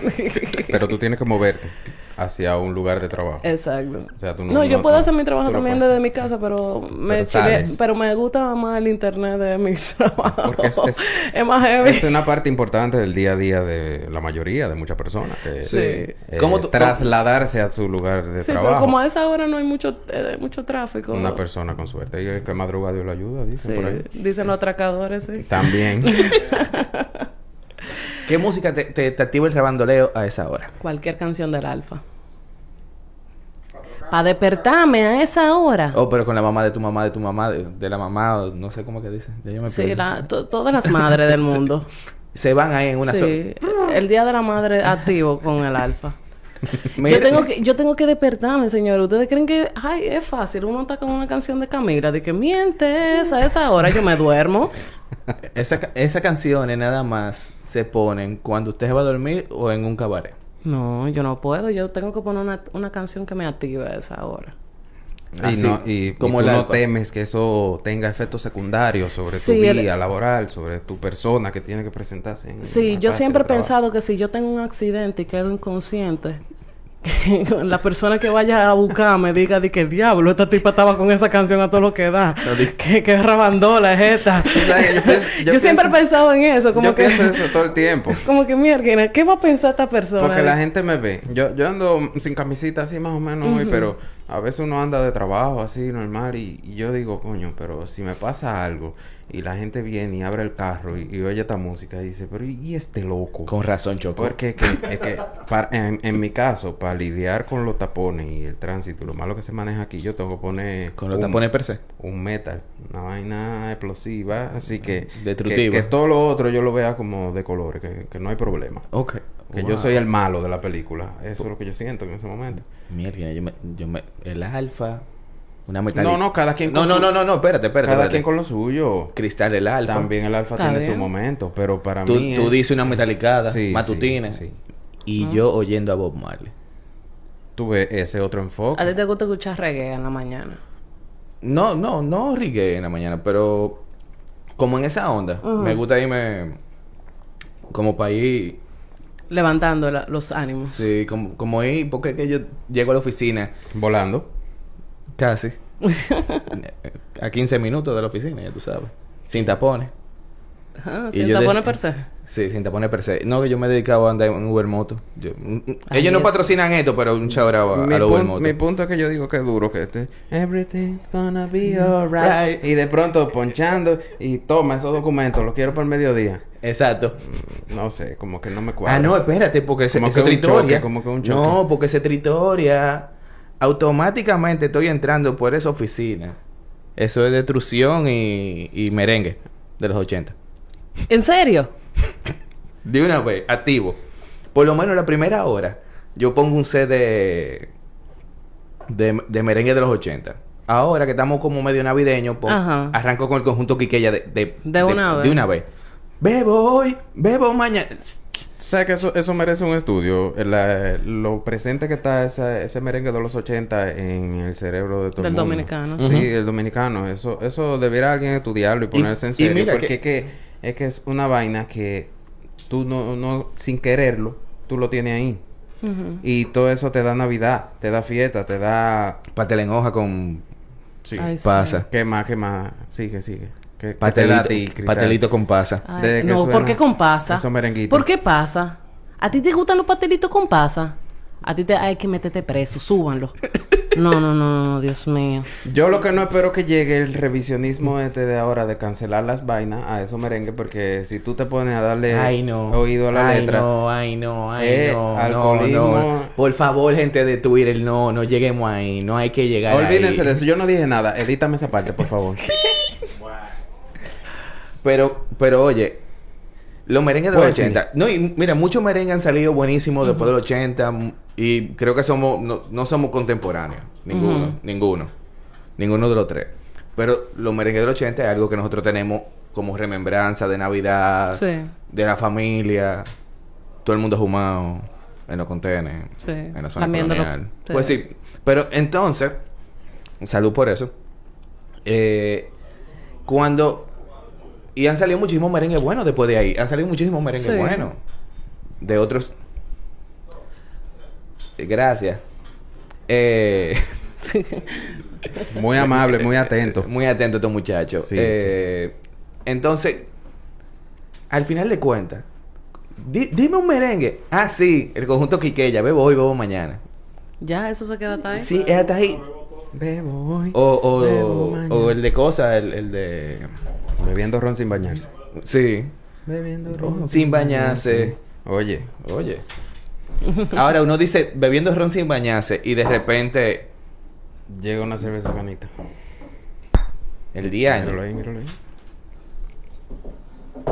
Speaker 2: Pero tú tienes que moverte hacia un lugar de trabajo.
Speaker 3: Exacto.
Speaker 2: O sea, tú
Speaker 3: no,
Speaker 2: no-
Speaker 3: yo
Speaker 2: no-
Speaker 3: puedo
Speaker 2: tú-
Speaker 3: hacer mi trabajo
Speaker 2: tú no
Speaker 3: también
Speaker 2: puedes.
Speaker 3: desde mi casa, pero me
Speaker 2: Pero
Speaker 3: chile-
Speaker 2: sales.
Speaker 3: pero me gusta más el internet de mi <laughs> trabajo.
Speaker 2: Porque es- es-
Speaker 3: más heavy.
Speaker 2: Es una parte importante del día a día de la mayoría de muchas personas. Que,
Speaker 3: Sí.
Speaker 2: eh,
Speaker 1: ¿Cómo tú-
Speaker 2: trasladarse a su lugar de
Speaker 3: sí, pero
Speaker 2: trabajo.
Speaker 3: como a esa hora no hay mucho eh, mucho tráfico.
Speaker 2: Una persona con suerte. Y el que madruga Dios lo ayuda, dicen
Speaker 3: Sí,
Speaker 2: por ahí.
Speaker 3: dicen los atracadores, sí.
Speaker 2: También.
Speaker 3: <laughs>
Speaker 1: ¿Qué música te, te- te activa el rabandoleo a esa hora?
Speaker 3: Cualquier canción del alfa. Para despertarme a esa hora.
Speaker 1: Oh, pero con la mamá de tu mamá, de tu mamá, de, de la mamá, o no sé cómo que dice. Ya yo me
Speaker 3: sí,
Speaker 1: perdí.
Speaker 3: la- to- todas las
Speaker 2: <laughs>
Speaker 3: madres del mundo.
Speaker 1: Se van ahí en una sola.
Speaker 3: sí. El día de la madre activo con el alfa.
Speaker 1: Mira, eh,
Speaker 3: Yo tengo, que, yo tengo que despertarme, señor. ¿Ustedes creen que ay, es fácil? Uno está con una canción de Camila de que mientes a esa hora, yo me duermo.
Speaker 1: esa ca- esas canciones nada más se ponen cuando usted va a dormir o en un cabaret.
Speaker 3: No, yo no puedo. Yo tengo que poner una, una canción que me active a esa hora.
Speaker 2: y,
Speaker 1: Así,
Speaker 2: no, y,
Speaker 1: como
Speaker 2: y tú
Speaker 1: el
Speaker 2: no
Speaker 1: alfa.
Speaker 2: temes que eso tenga efectos secundarios sobre tu
Speaker 3: Sí, el-
Speaker 2: vida laboral, sobre tu persona que tiene que presentarse. en
Speaker 3: Sí,
Speaker 2: una
Speaker 3: yo
Speaker 2: fase
Speaker 3: siempre
Speaker 2: de
Speaker 3: he
Speaker 2: trabajo.
Speaker 3: pensado que si yo tengo un accidente y quedo inconsciente, que <laughs> la persona que vaya a buscarme diga de que diablo, esta tipa estaba con esa canción a todo lo que da. que, que rabandola
Speaker 2: <laughs>
Speaker 3: es esta.
Speaker 2: sea, yo pienso- yo
Speaker 3: yo siempre he
Speaker 2: pienso-
Speaker 3: pensado en eso, como
Speaker 2: Yo
Speaker 3: que
Speaker 2: pienso eso todo el tiempo.
Speaker 3: <laughs> como que mierda, ¿qué va a pensar esta persona?
Speaker 2: Porque la gente me ve. Yo, yo ando sin camisita así más o menos hoy, pero a veces uno anda de trabajo así normal y, y yo digo, coño, pero si me pasa algo y la gente viene y abre el carro y, y oye esta música y dice, pero ¿y y este loco?
Speaker 1: Con razón, Choco.
Speaker 2: Porque es que, es que para- en, en mi caso, para lidiar con los tapones y el tránsito, lo malo que se maneja aquí, yo tengo que poner...
Speaker 1: Con los
Speaker 2: un-
Speaker 1: tapones per se.
Speaker 2: un metal, una vaina explosiva, así que
Speaker 1: Destructiva.
Speaker 2: que, que todo lo otro yo lo vea como de colores, que, que no hay problema.
Speaker 1: Ok.
Speaker 2: Que
Speaker 1: Wow.
Speaker 2: yo soy el malo de la película. Eso es lo que yo siento en ese momento.
Speaker 1: Mierda, yo me, yo me... El alfa... Una metálica...
Speaker 2: No, no, cada quien
Speaker 1: No,
Speaker 2: con
Speaker 1: no,
Speaker 2: su-
Speaker 1: no, no, no, espérate, espérate.
Speaker 2: Cada
Speaker 1: espérate.
Speaker 2: quien con lo suyo.
Speaker 1: Cristal el alfa.
Speaker 2: También el alfa
Speaker 3: Está
Speaker 2: tiene su
Speaker 3: bien.
Speaker 2: momento, pero para
Speaker 1: Tú,
Speaker 2: mí...
Speaker 1: tú
Speaker 2: es-
Speaker 1: dices una metalicada,
Speaker 2: Sí,
Speaker 1: matutina.
Speaker 2: sí, sí.
Speaker 3: Ah.
Speaker 1: Y yo oyendo a Bob Marley.
Speaker 2: Tú ves ese otro enfoque.
Speaker 3: ¿A ti te gusta escuchar reggae en la mañana?
Speaker 1: No, no, no reggae en la mañana, pero como en esa onda. Me gusta irme como para ir,
Speaker 3: Levantando la- los ánimos.
Speaker 1: sí, como, como ir, porque es que yo llego a la oficina
Speaker 2: Volando. <laughs>
Speaker 1: casi a 15 minutos de la oficina, ya tú sabes, sin tapones.
Speaker 3: Ajá,
Speaker 1: Y
Speaker 3: sin
Speaker 1: yo des-
Speaker 3: tapones per se.
Speaker 1: Sí, sin tapones per se. No, que yo me he dedicado a andar en Uber Moto. Yo- mm,
Speaker 3: Ay,
Speaker 1: ellos no
Speaker 3: eso.
Speaker 1: patrocinan esto, pero un shout out a,
Speaker 2: mi,
Speaker 1: a los Uber
Speaker 2: pun-
Speaker 1: Moto.
Speaker 2: mi punto es que yo digo que es duro que este everything's gonna be
Speaker 1: Mm.
Speaker 2: alright y de pronto ponchando y toma esos documentos los quiero para el mediodía
Speaker 1: Exacto.
Speaker 2: no sé como que no me cuadra
Speaker 1: Ah, no, espérate, porque se,
Speaker 2: Como
Speaker 1: ese
Speaker 2: que un
Speaker 1: tritoria.
Speaker 2: choque, como que un choque.
Speaker 1: No, porque se tritoria. Automáticamente estoy entrando por esa oficina. Eso es detrusión y, y merengue de los 80.
Speaker 3: ¿En serio?
Speaker 1: De una vez, activo. Por lo menos la primera hora, yo pongo un set de, de, de merengue de los 80. Ahora que estamos como medio navideños, pon-
Speaker 3: Ajá.
Speaker 1: arranco con el conjunto Quiqueya de, de,
Speaker 3: De una vez.
Speaker 1: De una vez. Bebo hoy, bebo mañana.
Speaker 2: o sea que eso, eso merece un estudio La- lo presente que está esa- ese merengue de los 80 en el cerebro de todo el
Speaker 3: Del
Speaker 2: mundo.
Speaker 3: dominicano,
Speaker 2: sí
Speaker 3: sí.
Speaker 2: el dominicano eso eso debería alguien estudiarlo y ponerse en
Speaker 1: y
Speaker 2: serio
Speaker 1: mira que-
Speaker 2: porque es que es que es una vaina que tú no, no sin quererlo tú lo tienes ahí
Speaker 3: Ujú.
Speaker 2: Y todo eso te da Navidad, te da fiesta, te da...
Speaker 1: Pastel en hoja con
Speaker 2: Sí.
Speaker 3: Ay, sí.
Speaker 1: pasa.
Speaker 2: ¿Qué más, qué más? Sigue, sigue. ¿Qué, qué te da
Speaker 1: Patelito,
Speaker 2: a ti, Cristal?
Speaker 1: patelito con pasa.
Speaker 3: Ay,
Speaker 2: Desde que
Speaker 3: no,
Speaker 2: suena
Speaker 3: ¿por qué con pasa?
Speaker 2: esos merenguitos.
Speaker 3: ¿Por qué pasa? ¿A ti te gustan los pastelitos con pasa? A ti te hay que meterte
Speaker 2: <laughs>
Speaker 3: preso, súbanlo. No, no, no, no, no, Dios mío.
Speaker 2: Yo lo que no espero que llegue el revisionismo este de ahora de cancelar las vainas a esos merengues porque si tú te pones a darle
Speaker 1: Ay, no.
Speaker 2: Eh, oído a la
Speaker 1: ay,
Speaker 2: letra...
Speaker 1: No, ay, no, ay,
Speaker 2: Eh,
Speaker 1: no, no,
Speaker 2: alcoholismo.
Speaker 1: no. Por favor, gente de Twitter, no, no lleguemos ahí. No hay que llegar
Speaker 2: Olvídense
Speaker 1: ahí.
Speaker 2: de eso. Yo no dije nada. Edítame esa parte,
Speaker 1: <laughs>
Speaker 2: por favor.
Speaker 1: Pero, pero oye, los merengues de
Speaker 2: Pues,
Speaker 1: los 80. No, y mira, muchos merengues han salido buenísimos después de los 80. mm, Y creo que somos, no, no somos contemporáneos. Ninguno, ninguno. Ninguno de los tres. Pero los merengues de los 80 es algo que nosotros tenemos como remembranza de Navidad,
Speaker 2: Ah.
Speaker 3: Sí. <laughs>
Speaker 1: de la familia, todo el mundo jumado en los contenedores,
Speaker 3: Sí,
Speaker 1: en la zona
Speaker 3: lamiéndolo.
Speaker 1: colonial.
Speaker 3: Sí.
Speaker 1: Pues sí, pero entonces, salud por eso. Eh, cuando y han salido muchísimos merengues buenos después de ahí. Han salido muchísimos merengues
Speaker 3: Sí.
Speaker 1: buenos. De otros. Eh, Gracias. Eh,
Speaker 2: Muy amable, muy atento.
Speaker 1: muy atento estos muchachos.
Speaker 2: Sí,
Speaker 1: Eh, Entonces, al final de cuentas, di- dime un merengue. Ah, sí, el conjunto Quiqueya. Bebo hoy, bebo mañana.
Speaker 3: Ya, eso se queda hasta ahí.
Speaker 1: Sí, es hasta ahí.
Speaker 2: Bebo hoy,
Speaker 1: O, o-
Speaker 2: bebo mañana.
Speaker 1: o el de cosas, el, el de.
Speaker 2: Bebiendo ron sin bañarse.
Speaker 1: Sí.
Speaker 2: Bebiendo
Speaker 1: ron sin bañarse.
Speaker 2: Oye,
Speaker 1: Oye. Ahora uno dice bebiendo ron sin bañarse y de repente
Speaker 2: llega una cerveza canita.
Speaker 1: el día
Speaker 2: Míralo ahí, míralo ahí.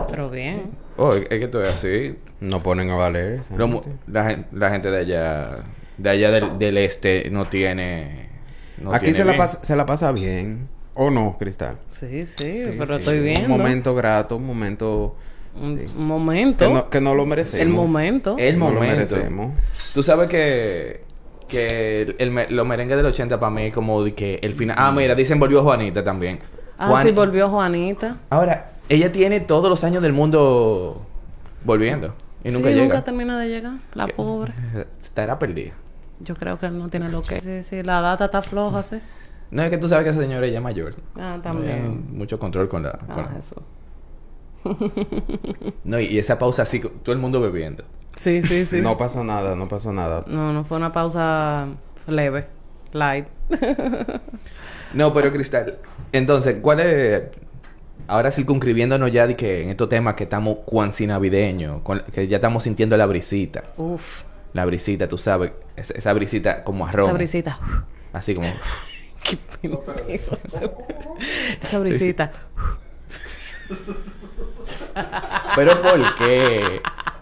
Speaker 3: Pero bien.
Speaker 1: Oh, es es que todo es así.
Speaker 2: No ponen a valer. esa
Speaker 1: Lo mu-
Speaker 2: gente.
Speaker 1: la, gen- la gente de allá, de allá del, del este no tiene. no
Speaker 2: Aquí
Speaker 1: tiene
Speaker 2: se la,
Speaker 1: bien.
Speaker 2: pasa, se la pasa bien. ¿O no, Cristal?
Speaker 3: Sí, sí,
Speaker 2: Sí,
Speaker 3: pero
Speaker 2: sí.
Speaker 3: estoy viendo.
Speaker 2: Un momento grato, un momento
Speaker 3: Un
Speaker 2: Sí.
Speaker 3: un momento.
Speaker 2: que no, que no lo merecemos.
Speaker 3: El momento.
Speaker 1: El
Speaker 2: No lo
Speaker 1: momento.
Speaker 2: merecemos.
Speaker 1: Tú sabes que. Que el, el me- los merengues del 80 para mí es como de que el final. Ah, mira, dicen volvió Juanita también.
Speaker 3: Ah,
Speaker 1: Juan-
Speaker 3: sí, volvió Juanita.
Speaker 1: Ahora, ella tiene todos los años del mundo volviendo. Y nunca
Speaker 3: sí,
Speaker 1: llega.
Speaker 3: nunca termina de llegar. La pobre.
Speaker 1: <laughs> Estará perdida.
Speaker 3: Yo creo que él no tiene lo que. Sí, sí, la data está floja, sí.
Speaker 1: No, es que tú sabes que esa señora ya es mayor.
Speaker 3: Ah,
Speaker 1: Eh,
Speaker 3: también.
Speaker 1: mucho control con la... con
Speaker 3: Ah,
Speaker 1: la-
Speaker 3: eso.
Speaker 1: No, y, y esa pausa así, con- todo el mundo bebiendo.
Speaker 3: Sí, sí, sí.
Speaker 2: No pasó nada, no pasó nada.
Speaker 3: No, no fue una pausa leve, light.
Speaker 1: No, pero Cristal, entonces, ¿cuál es...? Ahora circunscribiéndonos ya de que en estos temas que estamos cuansi navideños, con- que ya estamos sintiendo la brisita.
Speaker 3: Uf,
Speaker 1: La brisita, tú sabes, esa, esa brisita como a romo.
Speaker 3: esa
Speaker 1: <laughs>
Speaker 3: brisita.
Speaker 1: Así como...
Speaker 3: Qué pendejo. Esa- Esa brisita.
Speaker 1: pero ¿por qué?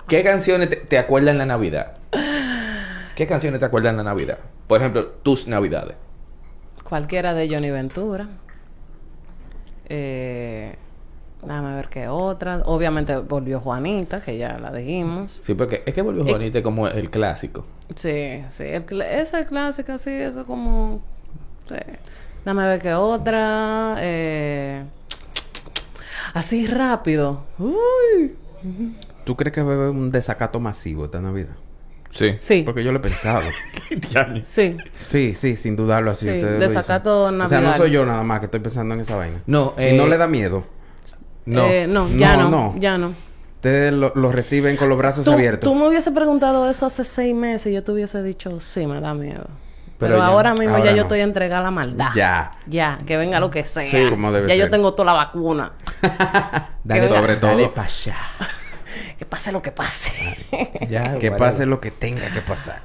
Speaker 1: ¿Qué canciones te, te acuerdan la Navidad? ¿Qué canciones te acuerdan la Navidad? Por ejemplo, tus navidades.
Speaker 3: Cualquiera de Johnny Ventura. Eh, déjame ver qué otra. Obviamente volvió Juanita, que ya la dijimos.
Speaker 1: Sí, porque es que volvió
Speaker 3: Eh.
Speaker 1: Juanita como el clásico.
Speaker 3: Sí, sí. El, cl- esa es clásica, sí. Eso como... Sí. Déjame ver qué otra. Eh, así rápido. Uy.
Speaker 2: ¿Tú crees que va a haber un desacato masivo esta Navidad?
Speaker 1: Sí.
Speaker 3: Sí,
Speaker 2: Porque yo lo he pensado.
Speaker 3: sí.
Speaker 2: Sí, sí, sin dudarlo así.
Speaker 3: Sí,
Speaker 2: ustedes lo dicen.
Speaker 3: desacato
Speaker 2: O sea, no
Speaker 3: navidad.
Speaker 2: soy yo nada más que estoy pensando en esa vaina.
Speaker 1: No,
Speaker 2: Y
Speaker 1: eh,
Speaker 2: no le da miedo.
Speaker 1: No.
Speaker 3: Eh, no, ya
Speaker 2: No,
Speaker 3: no,
Speaker 2: no.
Speaker 3: Ya no.
Speaker 2: Ustedes lo, lo reciben con los brazos
Speaker 3: Tú,
Speaker 2: abiertos.
Speaker 3: tú me hubiese preguntado eso hace seis meses y yo te hubiese dicho, sí, me da miedo.
Speaker 1: Pero
Speaker 3: Pero,
Speaker 1: ya-
Speaker 3: ahora mismo
Speaker 2: ahora
Speaker 3: ya
Speaker 2: no.
Speaker 3: yo estoy entregada a la maldad.
Speaker 2: Ya.
Speaker 3: Ya, que venga lo que sea.
Speaker 2: Sí, como debe
Speaker 3: ya
Speaker 2: ser.
Speaker 3: yo tengo toda la vacuna.
Speaker 1: Dale,
Speaker 3: venga.
Speaker 1: sobre todo.
Speaker 2: Dale pa' allá.
Speaker 3: Que pase lo que pase. <laughs>
Speaker 1: Ya,
Speaker 2: Que
Speaker 1: guarda.
Speaker 2: pase lo que tenga que pasar.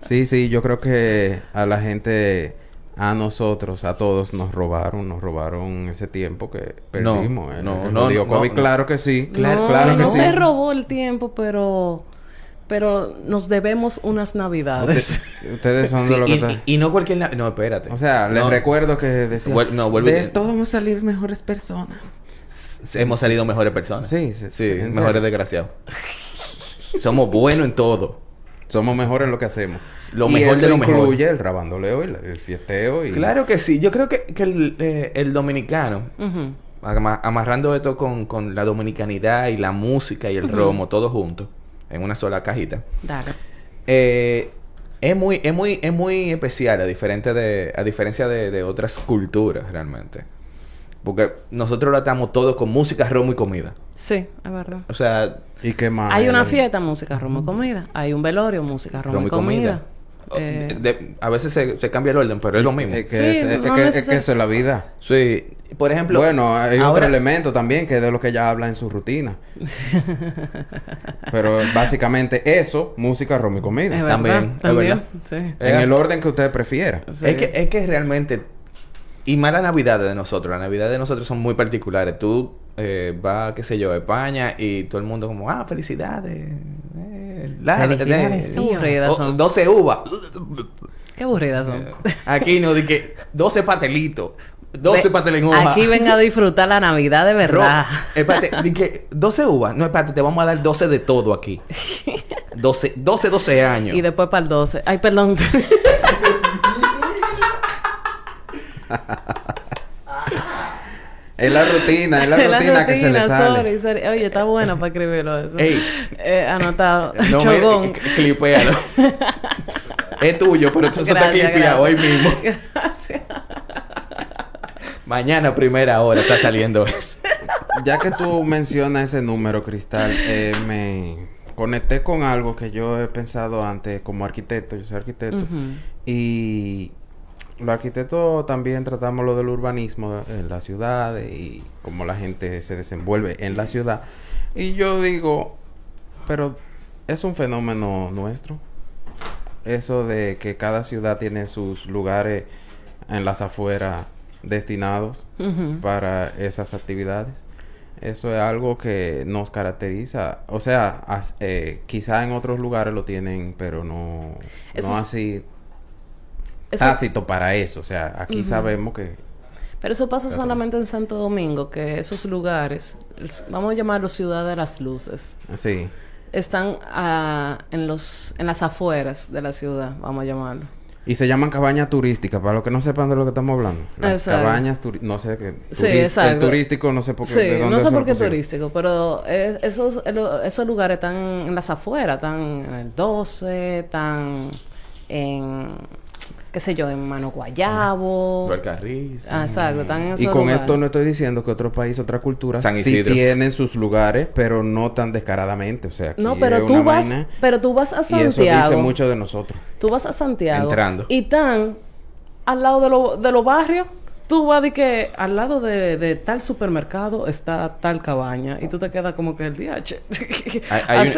Speaker 2: sí, sí, yo creo que a la gente, a nosotros, a todos nos robaron, nos robaron ese tiempo que
Speaker 1: No,
Speaker 2: perdimos. eh,
Speaker 1: no,
Speaker 2: el
Speaker 1: no,
Speaker 2: jodido
Speaker 1: no,
Speaker 2: COVID.
Speaker 1: no.
Speaker 2: Claro que sí.
Speaker 3: no,
Speaker 2: claro
Speaker 3: no
Speaker 2: que
Speaker 3: se
Speaker 2: sí.
Speaker 3: robó el tiempo, pero... Pero nos debemos unas navidades.
Speaker 2: Ustedes son
Speaker 1: Sí,
Speaker 2: de lo que
Speaker 1: y,
Speaker 2: están-
Speaker 1: y- y no cualquier... nav- No, espérate.
Speaker 2: O sea, les
Speaker 1: No,
Speaker 2: recuerdo que decían,
Speaker 1: Vuel- no, vuelvo y
Speaker 2: de
Speaker 1: te-
Speaker 2: esto vamos a salir mejores personas.
Speaker 1: Hemos salido mejores personas.
Speaker 2: Sí, sí, sí, en
Speaker 1: mejores
Speaker 2: serio.
Speaker 1: desgraciados. <laughs> Somos buenos en todo.
Speaker 2: Somos mejores en lo que hacemos.
Speaker 1: Lo
Speaker 2: Y
Speaker 1: mejor de
Speaker 2: eso
Speaker 1: lo mejor.
Speaker 2: incluye el rabandoleo, el, el fiesteo y...
Speaker 1: Claro que sí. Yo creo que, que el, eh, el dominicano,
Speaker 3: <laughs> Ujú.
Speaker 1: ama- amarrando esto con, con la dominicanidad y la música y el romo, todo junto, en una sola cajita,
Speaker 3: Dale.
Speaker 1: eh, es, muy, es, muy, es muy especial, a, diferente de, a diferencia de, de otras culturas realmente. Porque nosotros lo atamos todo con música, romo y comida.
Speaker 3: Sí, es verdad.
Speaker 1: O sea,
Speaker 2: ¿Y qué más?
Speaker 3: Hay una
Speaker 2: El-
Speaker 3: fiesta, música, romo y comida. Hay un velorio, música, romo, y comida.
Speaker 2: Oh,
Speaker 1: O-
Speaker 3: Eh,
Speaker 1: Oh, de- de- a veces se, se cambia el orden, pero es lo mismo.
Speaker 2: Es Eh, que,
Speaker 3: Sí,
Speaker 2: es- es
Speaker 3: no
Speaker 2: que- es
Speaker 3: neces-
Speaker 2: que eso es la vida.
Speaker 1: Sí, por ejemplo.
Speaker 2: bueno, hay otro
Speaker 1: ahora-
Speaker 2: elemento también que es de lo que ella habla en su rutina. Pero básicamente eso, música, rom y
Speaker 3: es
Speaker 2: comida.
Speaker 3: verdad,
Speaker 1: También, es
Speaker 3: también,
Speaker 1: verdad.
Speaker 3: Sí.
Speaker 2: En el orden que usted prefiera.
Speaker 3: Sí.
Speaker 1: Es que, es que realmente. Y más la Navidad de nosotros. Las Navidades de nosotros son muy particulares. Tú eh, vas, qué sé yo, a España y todo el mundo, como, ah, felicidades. eh, la-
Speaker 7: Felicidades,
Speaker 1: de-
Speaker 3: tío. Qué aburridas
Speaker 1: o-
Speaker 3: son.
Speaker 1: 12 uvas.
Speaker 3: Qué aburridas son.
Speaker 1: Aquí no, di que 12 patelitos. 12
Speaker 3: Ve-
Speaker 1: pateles en hoja.
Speaker 3: Aquí venga a disfrutar la Navidad de
Speaker 1: Ro-
Speaker 3: verdad.
Speaker 1: Espérate, di que 12 uvas. No, espérate, te vamos a dar 12 de todo aquí. 12, 12, 12 años.
Speaker 3: Y después para el 12.
Speaker 2: <laughs>
Speaker 3: Ay, perdón.
Speaker 2: Es la rutina,
Speaker 3: <laughs>
Speaker 2: es la
Speaker 3: De
Speaker 2: rutina que se le
Speaker 3: rutina,
Speaker 2: sale.
Speaker 3: sorry, sorry. Oye, está bueno para escribirlo eso.
Speaker 1: Ey.
Speaker 3: Eh, anotado.
Speaker 1: No, mira,
Speaker 3: Chogón.
Speaker 1: c- <laughs> clipéalo. es tuyo, pero eso está
Speaker 3: Gracias,
Speaker 1: clipeado hoy
Speaker 3: gracias.
Speaker 1: mismo.
Speaker 3: <laughs> Gracias.
Speaker 1: Mañana, primera hora, está saliendo eso.
Speaker 2: Ya que tú mencionas ese número, Cristal, eh, me conecté con algo que yo he pensado antes como arquitecto. Yo soy arquitecto. Y los arquitectos también tratamos lo del urbanismo en las ciudades y cómo la gente se desenvuelve en la ciudad. Y yo digo, pero es un fenómeno nuestro. Eso de que cada ciudad tiene sus lugares en las afueras destinados
Speaker 3: Ujú.
Speaker 2: para esas actividades. Eso es algo que nos caracteriza. O sea, as- eh, quizá en otros lugares lo tienen, pero no,
Speaker 3: Eso
Speaker 2: no
Speaker 3: es-
Speaker 2: así
Speaker 3: Eso-
Speaker 2: tácito para eso. O sea, aquí sabemos que...
Speaker 3: Pero eso pasa solamente en Santo Domingo, que esos lugares, es- vamos a llamarlo Ciudad de las Luces,
Speaker 2: Sí.
Speaker 3: están ah, en los en las afueras de la ciudad, vamos a llamarlo.
Speaker 2: Y se llaman cabañas turísticas, para los que no sepan de lo que estamos hablando. Las
Speaker 3: Exacto.
Speaker 2: cabañas turísticas, no sé qué.
Speaker 3: Sí,
Speaker 2: turist- El
Speaker 3: exacto.
Speaker 2: turístico, no sé por qué.
Speaker 3: Sí,
Speaker 2: de dónde
Speaker 3: no sé
Speaker 2: eso
Speaker 3: por
Speaker 2: lo
Speaker 3: qué
Speaker 2: pusieron.
Speaker 3: turístico, pero es- esos, el- esos lugares están en las afueras, están en el 12, están en, qué sé yo, en Mano Guayabo.
Speaker 1: Carriz.
Speaker 3: Ah, exacto, están en esos
Speaker 2: Y con
Speaker 3: lugares.
Speaker 2: esto no estoy diciendo que otro país, otra cultura,
Speaker 1: San
Speaker 2: sí
Speaker 1: Isidro.
Speaker 2: tienen sus lugares, pero no tan descaradamente. O sea, aquí
Speaker 3: No,
Speaker 2: es
Speaker 3: pero
Speaker 2: una
Speaker 3: tú vas,
Speaker 2: vaina,
Speaker 3: pero tú vas
Speaker 2: Y
Speaker 3: a
Speaker 2: eso dice
Speaker 3: Santiago.
Speaker 2: mucho de nosotros.
Speaker 3: Tú vas a Santiago.
Speaker 1: Entrando.
Speaker 3: Y están al lado de, lo- de los barrios. Tú vas de que al lado de, de tal supermercado está tal cabaña. Y tú te quedas como que el DH. Así,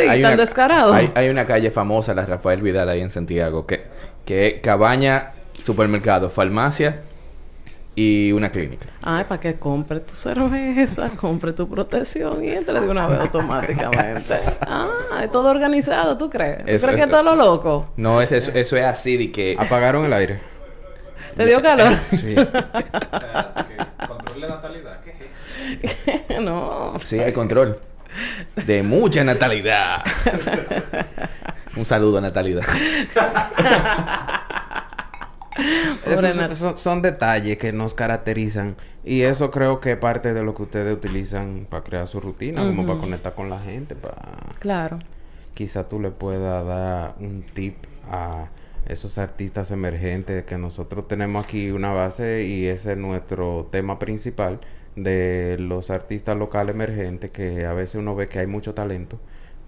Speaker 1: un-
Speaker 3: Ah, tan
Speaker 1: una,
Speaker 3: descarado.
Speaker 1: Hay, hay una calle famosa, la Rafael Vidal, ahí en Santiago, que, que es cabaña, supermercado, farmacia y una clínica.
Speaker 3: Ay, para que compre tu cerveza, <laughs> compre tu protección y entre de una vez automáticamente. Ah, es todo organizado, ¿tú crees? ¿Tú
Speaker 1: Eso
Speaker 3: crees
Speaker 1: es-
Speaker 3: que todo lo loco?
Speaker 1: No, es, eso, eso es así de que...
Speaker 2: Apagaron el aire.
Speaker 3: ¿Te dio
Speaker 1: <laughs>
Speaker 3: calor?
Speaker 2: Sí.
Speaker 8: O sea, que control de natalidad, ¿qué es
Speaker 3: <laughs>
Speaker 8: eso?
Speaker 3: no.
Speaker 1: Sí, hay control. De mucha <laughs> natalidad. Un saludo a natalidad.
Speaker 2: Esos
Speaker 3: Nat-
Speaker 2: son, son- son detalles que nos caracterizan y eso creo que es parte de lo que ustedes utilizan para crear su rutina, como para conectar con la gente, para
Speaker 3: Claro.
Speaker 2: quizá tú le puedas dar un tip a esos artistas emergentes que nosotros tenemos aquí una base y ese es nuestro tema principal de los artistas locales emergentes que a veces uno ve que hay mucho talento,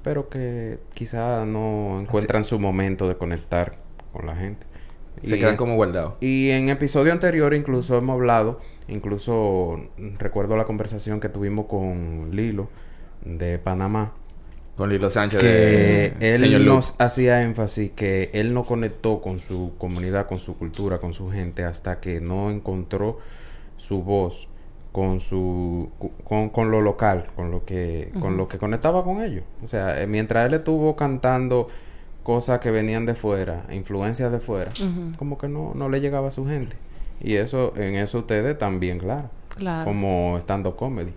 Speaker 2: pero que quizá no encuentran su momento de conectar con la gente.
Speaker 1: Se
Speaker 2: Y-
Speaker 1: quedan como guardados.
Speaker 2: y en episodio anterior incluso hemos hablado, incluso mm, recuerdo la conversación que tuvimos con Lilo de Panamá,
Speaker 1: Con Lilo Sánchez
Speaker 2: que
Speaker 1: de
Speaker 2: él
Speaker 1: Señor Lu.
Speaker 2: nos hacía énfasis que él no conectó con su comunidad, con su cultura, con su gente hasta que no encontró su voz con su cu- con, con lo local, con lo que con lo que conectaba con ellos. O sea, eh, mientras él estuvo cantando cosas que venían de fuera, influencias de fuera, como que no no le llegaba a su gente. Y eso en eso ustedes también, claro.
Speaker 3: Claro.
Speaker 2: Como estando comedy.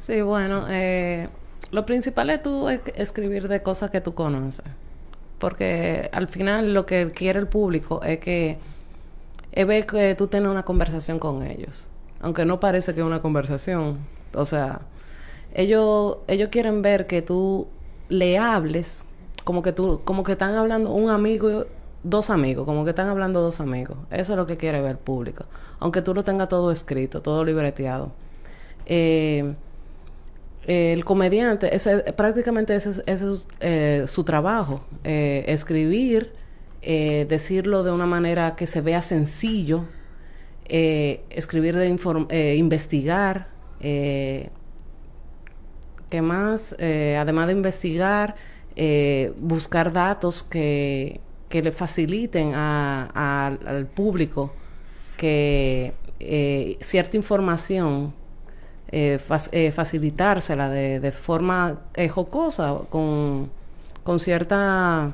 Speaker 3: Sí, bueno, eh, lo principal es tú es- escribir de cosas que tú conoces. Porque al final lo que quiere el público es que es ver que tú tienes una conversación con ellos. Aunque no parece que es una conversación. O sea, ellos, ellos quieren ver que tú le hables como que tú, como que están hablando un amigo, y- dos amigos, como que están hablando dos amigos. Eso es lo que quiere ver el público. Aunque tú lo tengas todo escrito, todo libreteado. Eh, eh, el comediante, ese, prácticamente ese es, ese es, eh, su trabajo, eh, escribir, eh, decirlo de una manera que se vea sencillo, eh, escribir de inform- eh, investigar, eh, ¿qué más? Eh, además de investigar, eh, buscar datos que, que le faciliten a- a- al público que eh, cierta información eh, fac- eh, facilitársela de, de forma eh, jocosa, con, con cierta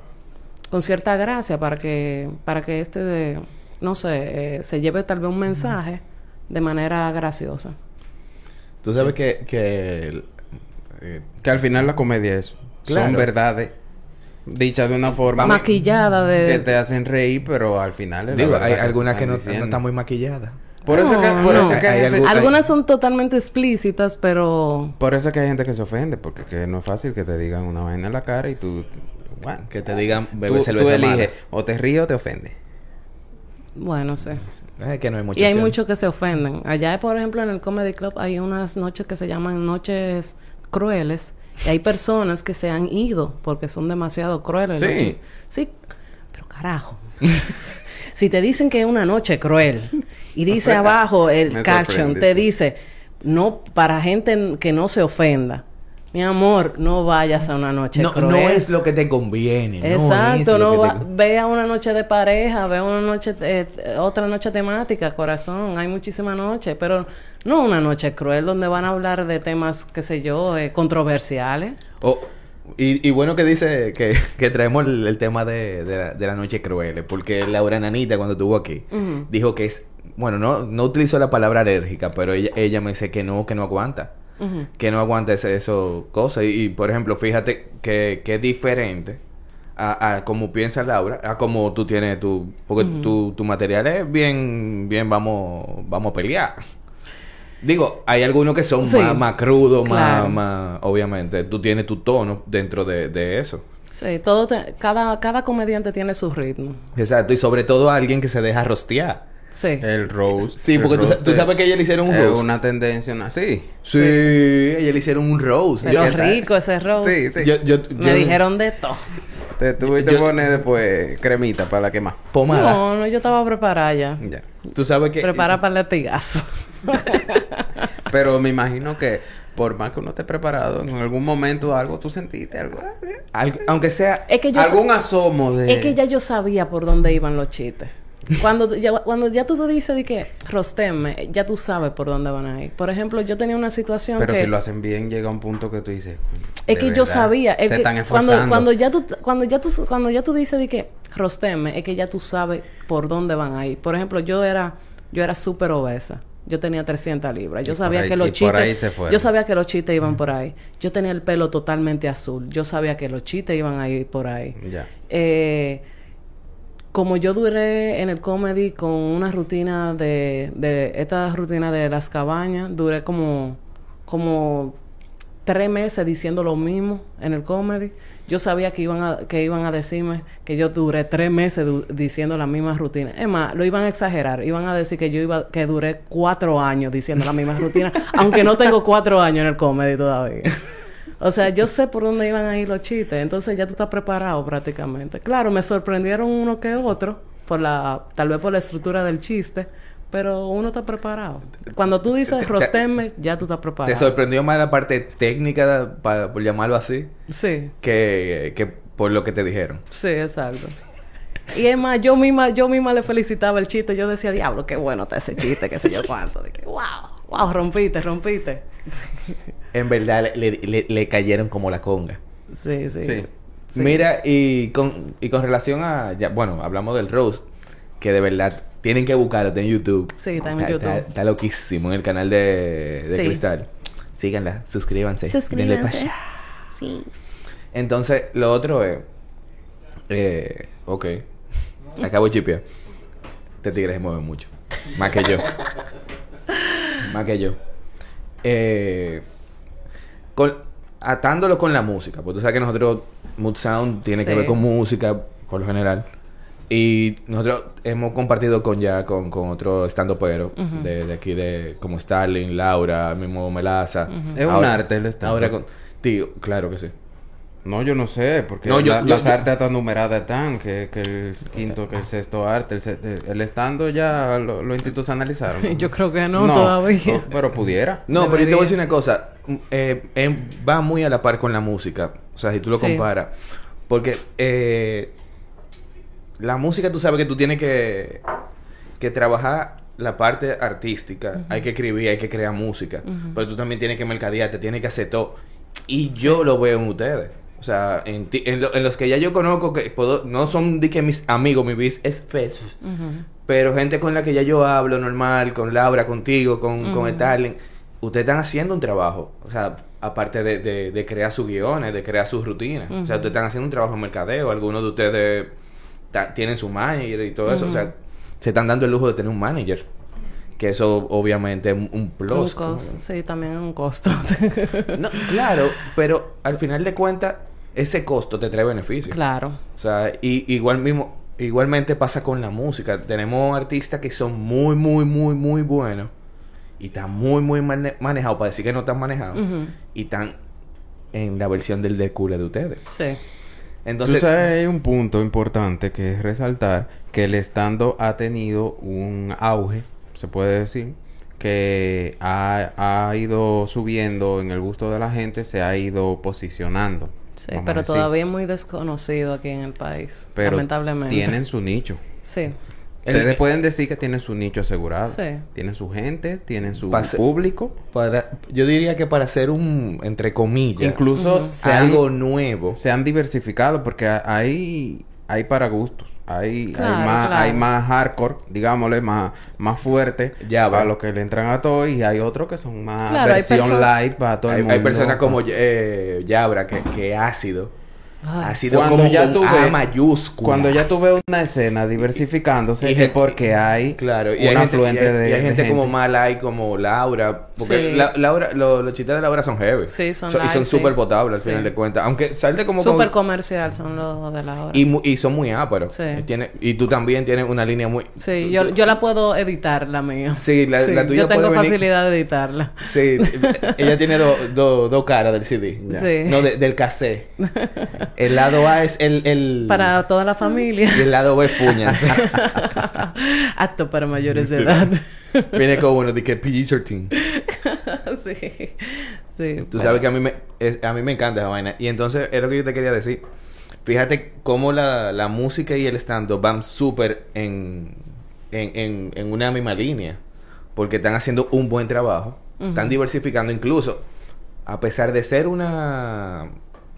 Speaker 3: con cierta gracia para que para que este de- no sé eh, se lleve tal vez un mensaje de manera graciosa.
Speaker 1: Tú sabes que... que el- eh,
Speaker 2: Que al final la comedia es eso. Son
Speaker 1: Claro.
Speaker 2: verdades dichas de una forma
Speaker 3: Maquillada de
Speaker 2: que te hacen reír, pero al final es la
Speaker 1: digo,
Speaker 2: verdad
Speaker 1: hay
Speaker 2: que te
Speaker 1: algunas que
Speaker 2: están
Speaker 1: no, no
Speaker 2: diciendo.
Speaker 1: están muy maquilladas.
Speaker 2: Por eso
Speaker 3: No,
Speaker 2: que por
Speaker 3: no.
Speaker 2: eso que hay,
Speaker 1: Hay
Speaker 2: gente-
Speaker 1: algún-
Speaker 3: algunas son totalmente explícitas, pero
Speaker 2: por eso que hay gente que se ofende porque que no es fácil que te digan una vaina en la cara y tú bueno,
Speaker 1: Que te digan,
Speaker 2: tú-
Speaker 1: "Bebe
Speaker 2: tú
Speaker 1: cerveza
Speaker 2: eliges,
Speaker 1: mala".
Speaker 2: o te ríes o te ofende.
Speaker 3: bueno, sé.
Speaker 1: Es Eh, que no hay muchas.
Speaker 3: Y hay muchos que se ofenden. Allá, por ejemplo, en el Comedy Club hay unas noches que se llaman noches crueles. Y hay personas que se han ido porque son demasiado crueles.
Speaker 1: Sí.
Speaker 3: Noche- Sí. Pero carajo. <laughs> si te dicen que es una noche cruel
Speaker 1: <laughs>
Speaker 3: y dice abajo el
Speaker 2: Me
Speaker 3: caption,
Speaker 2: sorprende,
Speaker 3: te
Speaker 2: sí.
Speaker 3: dice, no, para gente n- que no se ofenda. Mi amor, no vayas a una noche
Speaker 1: No,
Speaker 3: cruel.
Speaker 1: no es lo que te conviene. no es
Speaker 3: Exacto,
Speaker 1: lo
Speaker 3: no,
Speaker 1: que
Speaker 3: va,
Speaker 1: te-
Speaker 3: ve a una noche de pareja, ve a una noche, eh, eh, otra noche temática, corazón, hay muchísimas noches, pero no una noche cruel donde van a hablar de temas, qué sé yo, eh, controversiales.
Speaker 1: Oh, y, y bueno que dice que, que traemos el, el tema de, de la, de la noche cruel, porque Laura Nanita cuando estuvo aquí dijo que es, bueno, no, no utilizó la palabra alérgica, pero ella, ella me dice que no, que no aguanta, que no aguanta ese- eso cosas. Y, y, por ejemplo, fíjate que, que es diferente. A, a como piensa Laura, a como tú tienes tu... Porque tu, tu material es bien... Bien, vamos... Vamos a pelear. Digo, hay algunos que son
Speaker 3: Sí.
Speaker 1: más, más crudos,
Speaker 3: Claro.
Speaker 1: más, más... Obviamente, tú tienes tu tono dentro de, de eso.
Speaker 3: Sí, todo te- cada, cada comediante tiene su ritmo.
Speaker 1: Exacto. Y sobre todo alguien que se deja rostear.
Speaker 3: Sí.
Speaker 1: Eh,
Speaker 2: El roast.
Speaker 1: Sí,
Speaker 2: el
Speaker 1: porque tú, sa-
Speaker 2: roast
Speaker 1: tú
Speaker 2: es-
Speaker 1: sabes que ella le hicieron un
Speaker 2: es
Speaker 1: roast.
Speaker 2: una tendencia, una- sí.
Speaker 1: Sí, ella le hicieron un roast.
Speaker 3: pero
Speaker 1: Yo-
Speaker 3: rico ese roast.
Speaker 2: Sí, sí.
Speaker 1: yo- yo-
Speaker 3: Me
Speaker 1: yo-
Speaker 3: dijeron de todo.
Speaker 2: Te, tú te
Speaker 1: Yo-
Speaker 2: pones después cremita para la quemar.
Speaker 1: Pomada.
Speaker 3: No, no, yo estaba preparada ya.
Speaker 2: Ya.
Speaker 1: Tú sabes que...
Speaker 3: Prepara para
Speaker 2: <laughs>
Speaker 3: el latigazo.
Speaker 2: Pero me imagino que por más que uno esté preparado, en algún momento algo tú sentiste, algo. ah,
Speaker 1: al- aunque sea...
Speaker 3: es que yo
Speaker 2: algún asomo de.
Speaker 3: Es que ya yo sabía por dónde iban los chistes. Cuando, tú- ya, cuando ya tú te dices de que rosteme, ya tú sabes por dónde van a ir. Por ejemplo, yo tenía una situación
Speaker 2: Pero
Speaker 3: que...
Speaker 2: si lo hacen bien, llega un punto que tú dices. "Coño,
Speaker 3: Es
Speaker 2: de
Speaker 3: que yo
Speaker 2: verdad,
Speaker 3: sabía, es
Speaker 2: se
Speaker 3: que
Speaker 2: están
Speaker 3: cuando,
Speaker 2: esforzando.
Speaker 3: cuando ya tú cuando ya tú cuando ya tú dices de que rosteme, es que ya tú sabes por dónde van a ir. Por ejemplo, yo era yo era súper obesa. Yo tenía 300 libras. Yo
Speaker 2: Y
Speaker 3: sabía
Speaker 2: por ahí-
Speaker 3: que los
Speaker 2: y por
Speaker 3: chistes
Speaker 2: ahí se fueron.
Speaker 3: yo sabía que los chistes iban por ahí. Yo tenía el pelo totalmente azul. Yo sabía que los chistes iban a ir por ahí.
Speaker 2: Ya.
Speaker 3: Eh, como yo duré en el comedy con una rutina de, de esta rutina de las cabañas, duré como, como tres meses diciendo lo mismo en el comedy. Yo sabía que iban a, que iban a decirme que yo duré tres meses du- diciendo la misma rutina. Es más, lo iban a exagerar. Iban a decir que yo iba, que duré cuatro años diciendo la misma rutina, <laughs> aunque no tengo cuatro años en el comedy todavía. O sea, yo sé por dónde iban a ir los chistes, entonces ya tú estás preparado prácticamente. Claro, me sorprendieron uno que otro, por la, tal vez por la estructura del chiste, pero uno está preparado. Cuando tú dices rosteme, ya tú estás preparado.
Speaker 1: ¿Te sorprendió más la parte técnica, pa- por llamarlo así,
Speaker 3: Sí,
Speaker 1: que, que por lo que te dijeron?
Speaker 3: sí, exacto. Y es más, yo misma, yo misma le felicitaba el chiste, yo decía, diablo, qué bueno está ese chiste, qué sé yo cuánto. Dije, wow, wow, rompiste, rompiste.
Speaker 1: En verdad, le, le- le cayeron como la conga.
Speaker 3: Sí, sí.
Speaker 2: Sí.
Speaker 3: Sí.
Speaker 1: Mira, y con, y con relación a... ya, bueno, hablamos del roast, que de verdad tienen que buscarlo, está en YouTube.
Speaker 3: Sí, está en YouTube.
Speaker 1: Está, está loquísimo en el canal de, de
Speaker 3: Sí.
Speaker 1: Cristal. Síganla, suscríbanse. denle pa'
Speaker 6: Suscríbanse.
Speaker 1: allá.
Speaker 6: Sí.
Speaker 1: Entonces, lo otro es... Eh, ok. Acabo de chipear. Este tigre se mueve mucho. Más que yo. Más que yo. Eh, con- atándolo con la música. Porque tú sabes que nosotros... Mood Sound tiene que
Speaker 3: Sí.
Speaker 1: ver con música, por lo general. Y nosotros hemos compartido con ya... Con, con otro estando pero de, de aquí de... Como Starling, Laura, el mismo Melaza.
Speaker 2: Es un arte el stand-up.
Speaker 1: Ahora con... Tío, claro que sí.
Speaker 2: No, yo no sé, porque
Speaker 1: No, yo-
Speaker 2: la-
Speaker 1: yo-
Speaker 2: las
Speaker 1: yo-
Speaker 2: artes están numeradas tan que, que el quinto, que el sexto arte, el, se- el estando ya lo, lo institucionalizaron.
Speaker 3: <laughs> Yo creo que no, todavía.
Speaker 2: no, pero pudiera.
Speaker 1: No, pero yo te
Speaker 3: Debería.
Speaker 1: voy a decir una cosa. Mm, eh, em- va muy a la par con la música. O sea, si tú lo
Speaker 3: Sí.
Speaker 1: comparas. Porque eh, la música tú sabes que tú tienes que, que trabajar la parte artística. Hay que escribir, hay que crear música. Pero tú también tienes que mercadear, te tienes que hacer todo. Y yo lo veo en ustedes. O sea, en, ti- en, lo- en los que ya yo conozco, que puedo- no son de que mis amigos, mi bis es fest. Pero gente con la que ya yo hablo normal, con Laura, contigo, con, con Starling, ustedes están haciendo un trabajo. O sea, aparte de, de- de crear sus guiones, de crear sus rutinas. O sea, ustedes están haciendo un trabajo en mercadeo. Algunos de ustedes ta- tienen su manager y todo eso. O sea, se están dando el lujo de tener un manager. Que eso obviamente es un- un plus.
Speaker 3: Un costo, Sí, también es un costo. <laughs>
Speaker 1: No, claro, pero al final de cuentas, ese costo te trae beneficios.
Speaker 3: Claro.
Speaker 1: O sea, y, igual mismo, igualmente pasa con la música. Tenemos artistas que son muy, muy, muy, muy buenos. Y están muy, muy mane- manejados, para decir que no están manejados.
Speaker 3: Ujú.
Speaker 1: Y están en la versión del de culo de ustedes.
Speaker 3: Sí.
Speaker 1: Entonces,
Speaker 2: Tú sabes, hay un punto importante que es resaltar que el estando ha tenido un auge, se puede decir, que ha, ha ido subiendo en el gusto de la gente, se ha ido posicionando.
Speaker 3: Sí,
Speaker 2: vamos a
Speaker 3: pero
Speaker 2: decir.
Speaker 3: todavía es muy desconocido aquí en el país,
Speaker 2: Pero
Speaker 3: lamentablemente.
Speaker 2: Tienen su nicho.
Speaker 3: Sí,
Speaker 2: Ustedes pueden decir que tienen su nicho asegurado.
Speaker 3: Sí.
Speaker 2: Tienen su gente, tienen su
Speaker 1: Pase-
Speaker 2: público.
Speaker 1: para, yo diría que para ser un, entre comillas,
Speaker 2: Incluso se han-
Speaker 1: algo nuevo.
Speaker 2: se han diversificado porque ha- hay hay para gustos. Hay,
Speaker 3: Claro,
Speaker 2: hay más
Speaker 3: claro.
Speaker 2: hay más hardcore, digámosle, más más fuerte
Speaker 1: Ya, va.
Speaker 2: para los que le entran a todo y hay otros que son más
Speaker 3: Claro, hay
Speaker 2: versión
Speaker 3: perso-
Speaker 2: light para todo el
Speaker 1: hay,
Speaker 2: mundo.
Speaker 1: hay personas como eh, Yabra, que, que ácido.
Speaker 3: Ay,
Speaker 1: ácido
Speaker 2: Cuando
Speaker 1: como
Speaker 2: ya
Speaker 1: con
Speaker 2: tú
Speaker 1: A
Speaker 2: ves-
Speaker 1: mayúscula.
Speaker 2: cuando ya tú ves una escena diversificándose
Speaker 1: Y
Speaker 2: es
Speaker 1: gente-
Speaker 2: porque hay
Speaker 1: Claro, y
Speaker 2: un
Speaker 1: hay gente,
Speaker 2: afluente
Speaker 1: y hay-
Speaker 2: de,
Speaker 1: y hay
Speaker 2: de
Speaker 1: gente como mala y como Laura. Porque
Speaker 3: Sí.
Speaker 1: la- Laura, lo- los chistes de Laura son heavy.
Speaker 3: Sí, son
Speaker 1: y son
Speaker 3: light, sí.
Speaker 1: súper potables al
Speaker 3: Sí.
Speaker 1: final de cuentas. Aunque salte como. con-
Speaker 3: súper comercial son los de la hora.
Speaker 1: y, mu- y son muy áparos.
Speaker 3: Sí.
Speaker 1: Y, tiene- y tú también tienes una línea muy.
Speaker 3: Sí, yo, yo la puedo editar, la mía.
Speaker 1: Sí, la- la tuya
Speaker 3: Yo tengo
Speaker 1: puede venir-
Speaker 3: facilidad de editarla.
Speaker 1: Sí, ella tiene do- do- dos caras del CD.
Speaker 3: Sí.
Speaker 1: No, de- del cassette. El lado A es el. el-
Speaker 3: Para toda la familia. <laughs>
Speaker 1: Y el lado B es puñas.
Speaker 3: Acto para mayores
Speaker 1: Este,
Speaker 3: de edad.
Speaker 1: Viene con uno de que PG-13.
Speaker 3: <laughs> sí. Sí.
Speaker 1: Tú sabes que a mí me, es- a mí me encanta esa vaina. Y entonces es lo que yo te quería decir. Fíjate cómo la, la música y el stand-up van súper en, en, en- en una misma línea, porque están haciendo un buen trabajo, están diversificando incluso, a pesar de ser una,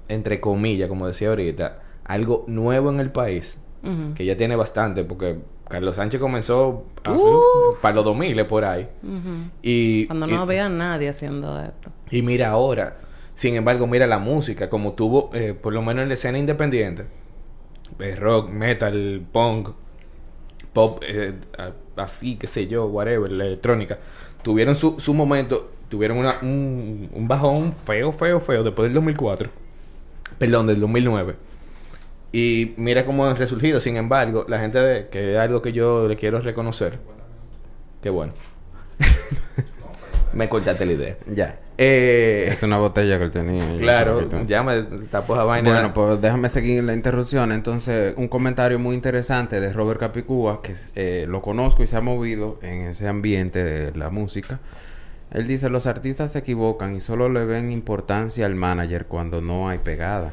Speaker 1: entre comillas, como decía ahorita, algo nuevo en el país,
Speaker 3: Ujú.
Speaker 1: que ya tiene bastante, porque Carlos Sánchez comenzó
Speaker 2: Ah, sí.
Speaker 1: para los 2000 por ahí.
Speaker 3: Ujú.
Speaker 1: Y,
Speaker 3: Uh. Cuando
Speaker 1: y-
Speaker 3: no había nadie haciendo esto.
Speaker 1: y mira ahora, sin embargo, mira la música, como tuvo, eh, por lo menos en la escena independiente, eh, rock, metal, punk, pop, eh, a- así, qué sé yo, whatever, la electrónica, tuvieron su, su momento, tuvieron una- un, un bajón feo, feo, feo, después del 2004, perdón, del 2009. Y mira cómo han resurgido, sin embargo, la gente, de- que es algo que yo le quiero reconocer, qué bueno. <laughs> Me cortaste la idea.
Speaker 2: Ya.
Speaker 1: Eh,
Speaker 2: Es una botella que él tenía. y
Speaker 1: claro,
Speaker 2: eso que tú-
Speaker 1: ya me tapó esa vaina.
Speaker 2: Bueno, pues déjame seguir la interrupción. Entonces, un comentario muy interesante de Robert Capicúa, que eh, lo conozco y se ha movido en ese ambiente de la música. Él dice, los artistas se equivocan y solo le ven importancia al manager cuando no hay pegada.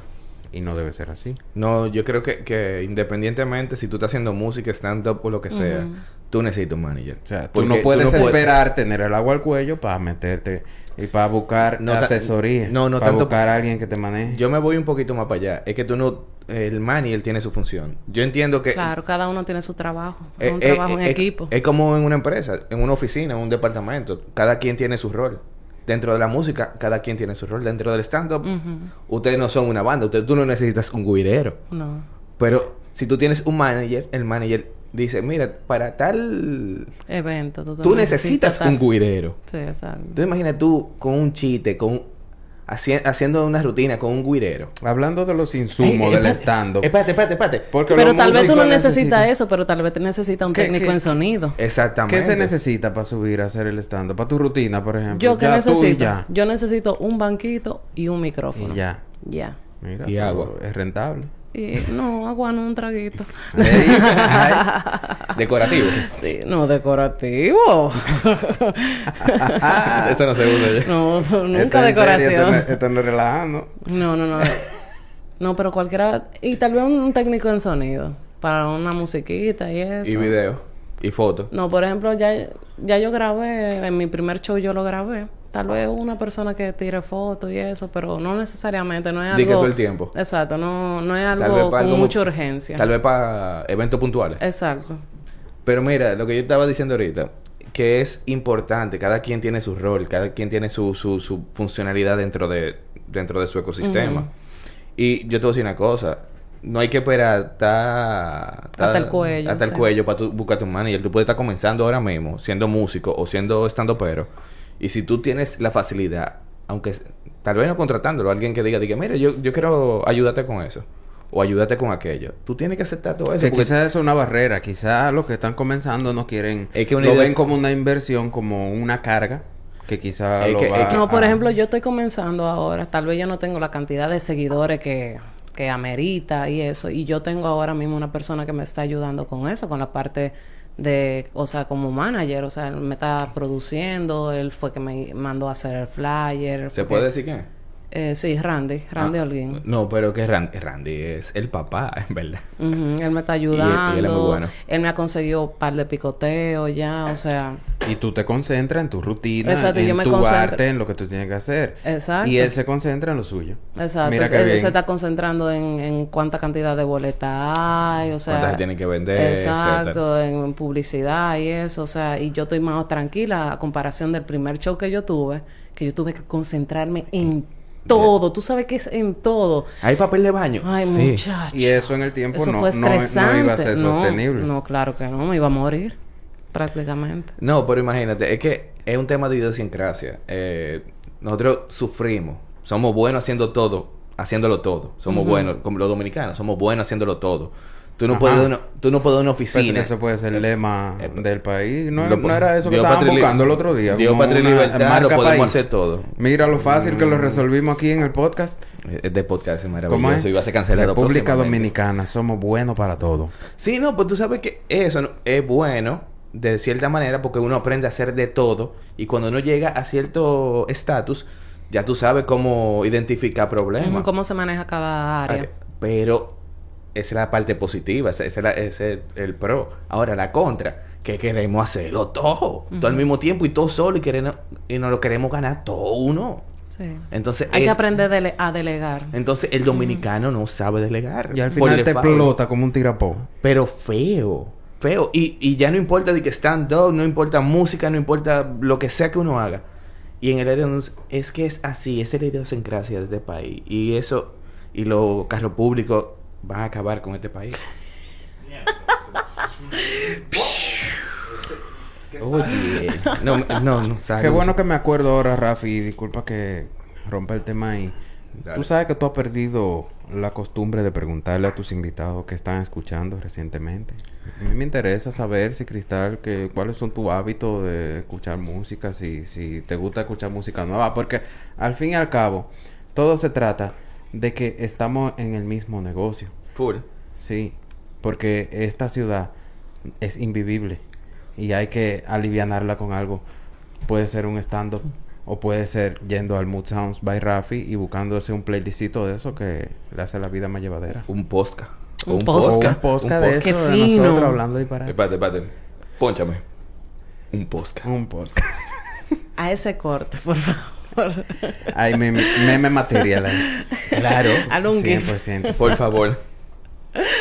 Speaker 2: Y no debe ser así.
Speaker 1: No, yo creo que, que independientemente si tú estás haciendo música, stand-up o lo que sea,
Speaker 3: Ujú.
Speaker 1: tú necesitas un manager.
Speaker 2: O sea, tú
Speaker 1: Porque
Speaker 2: no puedes esperar tener el agua al cuello para meterte y para buscar
Speaker 1: No ta-
Speaker 2: asesoría.
Speaker 1: no, no
Speaker 2: para
Speaker 1: tanto-
Speaker 2: buscar a alguien que te maneje.
Speaker 1: Yo me voy un poquito más para allá. Es que tú no... El manager tiene su función. Yo entiendo que...
Speaker 3: Claro, cada uno tiene su trabajo.
Speaker 1: eh,
Speaker 3: Es un
Speaker 1: eh,
Speaker 3: trabajo en
Speaker 1: eh,
Speaker 3: equipo.
Speaker 1: Es como en una empresa, en una oficina, en un departamento. Cada quien tiene su rol. Dentro de la música, cada quien tiene su rol. Dentro del stand-up,
Speaker 3: Ujú.
Speaker 1: ustedes no son una banda. Usted, tú no necesitas un guirero.
Speaker 3: No.
Speaker 1: Pero si tú tienes un manager, el manager dice, mira, para tal...
Speaker 3: Evento. Tú,
Speaker 1: Tú necesitas
Speaker 3: tal-
Speaker 1: un guirero.
Speaker 3: Sí, exacto.
Speaker 1: Tú imagina tú con un chiste, con un- haci- haciendo una rutina con un guirero.
Speaker 2: Hablando de los insumos del stand-up.
Speaker 1: Espérate, espérate, espérate.
Speaker 2: porque
Speaker 3: Pero
Speaker 2: los
Speaker 3: tal vez tú no
Speaker 2: músicos necesitan-
Speaker 3: necesitas eso, pero tal vez te necesita un
Speaker 2: ¿Qué-
Speaker 3: técnico
Speaker 2: qué-
Speaker 3: en sonido.
Speaker 1: Exactamente.
Speaker 2: ¿Qué se necesita para subir a hacer el stand-up? Para tu rutina, por ejemplo.
Speaker 3: ¿Yo qué
Speaker 2: Ya, tú y
Speaker 3: necesito?
Speaker 2: ya.
Speaker 3: Yo necesito un banquito y un micrófono.
Speaker 2: Y ya.
Speaker 3: Ya.
Speaker 2: Mira,
Speaker 1: Y
Speaker 2: pero
Speaker 1: agua.
Speaker 2: Es rentable.
Speaker 3: Y no, agua no,
Speaker 2: <laughs>
Speaker 3: un traguito.
Speaker 1: Decorativo.
Speaker 3: <laughs> Sí,
Speaker 2: <laughs>
Speaker 3: no, decorativo.
Speaker 1: Eso no se usa ya.
Speaker 3: Ah. no, nunca
Speaker 2: Esto es en serio, esto
Speaker 3: decoración.
Speaker 2: no- Esto no es relajando.
Speaker 3: No, no, no. No, pero cualquiera. Y tal vez un, un técnico en sonido. Para una musiquita y eso.
Speaker 1: Y video. Y foto.
Speaker 3: No, por ejemplo, ya, ya yo grabé. En mi primer show yo lo grabé. Tal vez una persona que tire fotos y eso, pero no necesariamente. No es algo.
Speaker 1: Di que todo el tiempo.
Speaker 3: Exacto, no, no es
Speaker 1: Tal vez
Speaker 3: algo
Speaker 1: para
Speaker 3: con
Speaker 1: algo mu-
Speaker 3: mucha urgencia.
Speaker 1: Tal vez para eventos puntuales.
Speaker 3: Exacto.
Speaker 1: Pero mira, lo que yo estaba diciendo ahorita, que es importante, cada quien tiene su rol, cada quien tiene su, su, su funcionalidad dentro de, dentro de su ecosistema. Y yo te voy a decir una cosa, no hay que esperar hasta,
Speaker 3: Hasta el cuello,
Speaker 1: Hasta el
Speaker 3: sí.
Speaker 1: cuello para tu, buscar tu manager. Tú puedes estar comenzando ahora mismo, siendo músico o siendo estando pero. Y si tú tienes la facilidad, aunque s- tal vez no contratándolo, alguien que diga, diga, mira, yo, yo quiero ayudarte con eso. O ayúdate con aquello. Tú tienes que aceptar todo eso.
Speaker 2: Que
Speaker 1: porque-
Speaker 2: quizás eso es una barrera. Quizás los que están comenzando no quieren...
Speaker 1: Es que una
Speaker 2: lo
Speaker 1: idea
Speaker 2: ven
Speaker 1: es-
Speaker 2: como una inversión, como una carga. Que quizás
Speaker 1: Es
Speaker 2: lo
Speaker 1: que-
Speaker 2: va
Speaker 1: es que-
Speaker 2: a-
Speaker 3: No, por ejemplo, yo estoy comenzando ahora. Tal vez yo no tengo la cantidad de seguidores que, que amerita y eso. Y yo tengo ahora mismo una persona que me está ayudando con eso, con la parte de, o sea, como manager. O sea, él me está produciendo. Él fue que me mandó a hacer el flyer. él
Speaker 1: ¿Se
Speaker 3: fue
Speaker 1: puede
Speaker 3: que-
Speaker 1: decir quién? es?
Speaker 3: Eh, sí, Randy. Randy
Speaker 1: Ah,
Speaker 3: Holguín.
Speaker 1: No, pero que Ran- Randy es el papá, <laughs> en verdad.
Speaker 3: Ujú, Él me está
Speaker 1: él es muy
Speaker 3: ayudando.
Speaker 1: bueno.
Speaker 3: Él me ha conseguido un par de picoteos ya, o sea.
Speaker 2: Y tú te concentras en tu rutina,
Speaker 3: Exacto,
Speaker 2: en
Speaker 3: yo me
Speaker 2: tu
Speaker 3: concentro.
Speaker 2: arte, en lo que tú tienes que hacer.
Speaker 3: Exacto.
Speaker 2: Y él se concentra en lo suyo.
Speaker 3: Exacto,
Speaker 2: Mira qué
Speaker 3: él
Speaker 2: bien.
Speaker 3: se está concentrando en, en cuánta cantidad de boletas hay, o sea,
Speaker 1: Cuántas se tienen que vender,
Speaker 3: exacto, en publicidad y eso, o sea, y yo estoy más tranquila a comparación del primer show que yo tuve, que yo tuve que concentrarme en todo, tú sabes que es en todo.
Speaker 1: Hay papel de baño.
Speaker 2: Ah.
Speaker 3: Ay,
Speaker 1: Sí.
Speaker 3: muchacho.
Speaker 2: Y eso en el tiempo
Speaker 3: Eso
Speaker 2: no,
Speaker 3: fue
Speaker 2: no- no
Speaker 3: estresante.
Speaker 2: iba a ser sostenible.
Speaker 3: No, claro que no, me iba a morir prácticamente.
Speaker 1: No, pero imagínate, es que es un tema de idiosincrasia. Eh, nosotros sufrimos, somos buenos haciendo todo, haciéndolo todo. Somos buenos, como los dominicanos, somos buenos haciéndolo todo. Tú no
Speaker 2: Ajá.
Speaker 1: puedes, una- tú no puedes una
Speaker 2: Parece que
Speaker 1: oficina.
Speaker 2: eso puede ser el lema
Speaker 1: eh,
Speaker 2: del país. No,
Speaker 1: lo-
Speaker 2: no era eso que
Speaker 1: Dios,
Speaker 2: estaban
Speaker 1: patria y li-
Speaker 2: buscando el otro día.
Speaker 1: Dios,
Speaker 2: como
Speaker 1: patria y
Speaker 2: una
Speaker 1: libertad,
Speaker 2: marca
Speaker 1: lo podemos
Speaker 2: país.
Speaker 1: hacer todo.
Speaker 2: Mira lo fácil que lo resolvimos aquí en el podcast.
Speaker 1: Es Eh, de podcast es
Speaker 2: ¿Cómo es?
Speaker 1: maravilloso. Iba a ser cancelado
Speaker 2: República
Speaker 1: próximamente.
Speaker 2: Dominicana, somos buenos para todo.
Speaker 1: Sí, no, pues tú sabes que eso no- es bueno de cierta manera porque uno aprende a hacer de todo y cuando uno llega a cierto estatus, ya tú sabes cómo identificar problemas.
Speaker 3: Ujú, ¿Cómo se maneja cada área?
Speaker 1: Pero Esa es la parte positiva, ese ese es, la- ese es el pro. Ahora, la contra, que queremos hacerlo todo, todo al mismo tiempo y todo solo y, queremos, y nos lo queremos ganar todo uno.
Speaker 3: Sí.
Speaker 1: Entonces,
Speaker 3: Hay que
Speaker 1: es-
Speaker 3: aprender dele- a delegar.
Speaker 1: Entonces, el dominicano no sabe delegar.
Speaker 2: Y al
Speaker 1: Por
Speaker 2: final te
Speaker 1: default.
Speaker 2: explota como un tirapó.
Speaker 1: Pero feo, feo. Y, y ya no importa de que stand-up, no importa música, no importa lo que sea que uno haga. Y en el aire nos- es que es así, es la idiosincrasia de este país. Y eso, y los carros públicos van a acabar con este país. Oye, no, no, no sabes.
Speaker 2: Qué bueno que me acuerdo ahora, Rafi. Disculpa que rompa el tema ahí. Tú sabes que tú has perdido la costumbre de preguntarle a tus invitados que están escuchando recientemente. A mí me interesa saber si Cristal, que cuáles son tus hábitos de escuchar música, si, si te gusta escuchar música nueva, porque al fin y al cabo todo se trata de que estamos en el mismo negocio.
Speaker 1: Full.
Speaker 2: Sí, porque esta ciudad es invivible y hay que alivianarla con algo. Puede ser un stand-up o puede ser yendo al Mood Sounds by Rafi y buscándose un playlistito de eso que le hace la vida más llevadera.
Speaker 1: Un posca.
Speaker 3: Un
Speaker 1: O
Speaker 2: O
Speaker 3: posca.
Speaker 2: un podcast de
Speaker 3: Qué
Speaker 2: eso de
Speaker 3: fino.
Speaker 2: nosotros hablando disparate.
Speaker 1: Espérate, espérate. Pónchame. Un posca.
Speaker 2: Un podcast.
Speaker 3: A ese corte, por favor.
Speaker 2: <laughs> Ay, meme, meme material. ahí.
Speaker 1: Claro.
Speaker 3: Hazle un gif.
Speaker 2: 100%.
Speaker 1: Por favor.
Speaker 3: <laughs>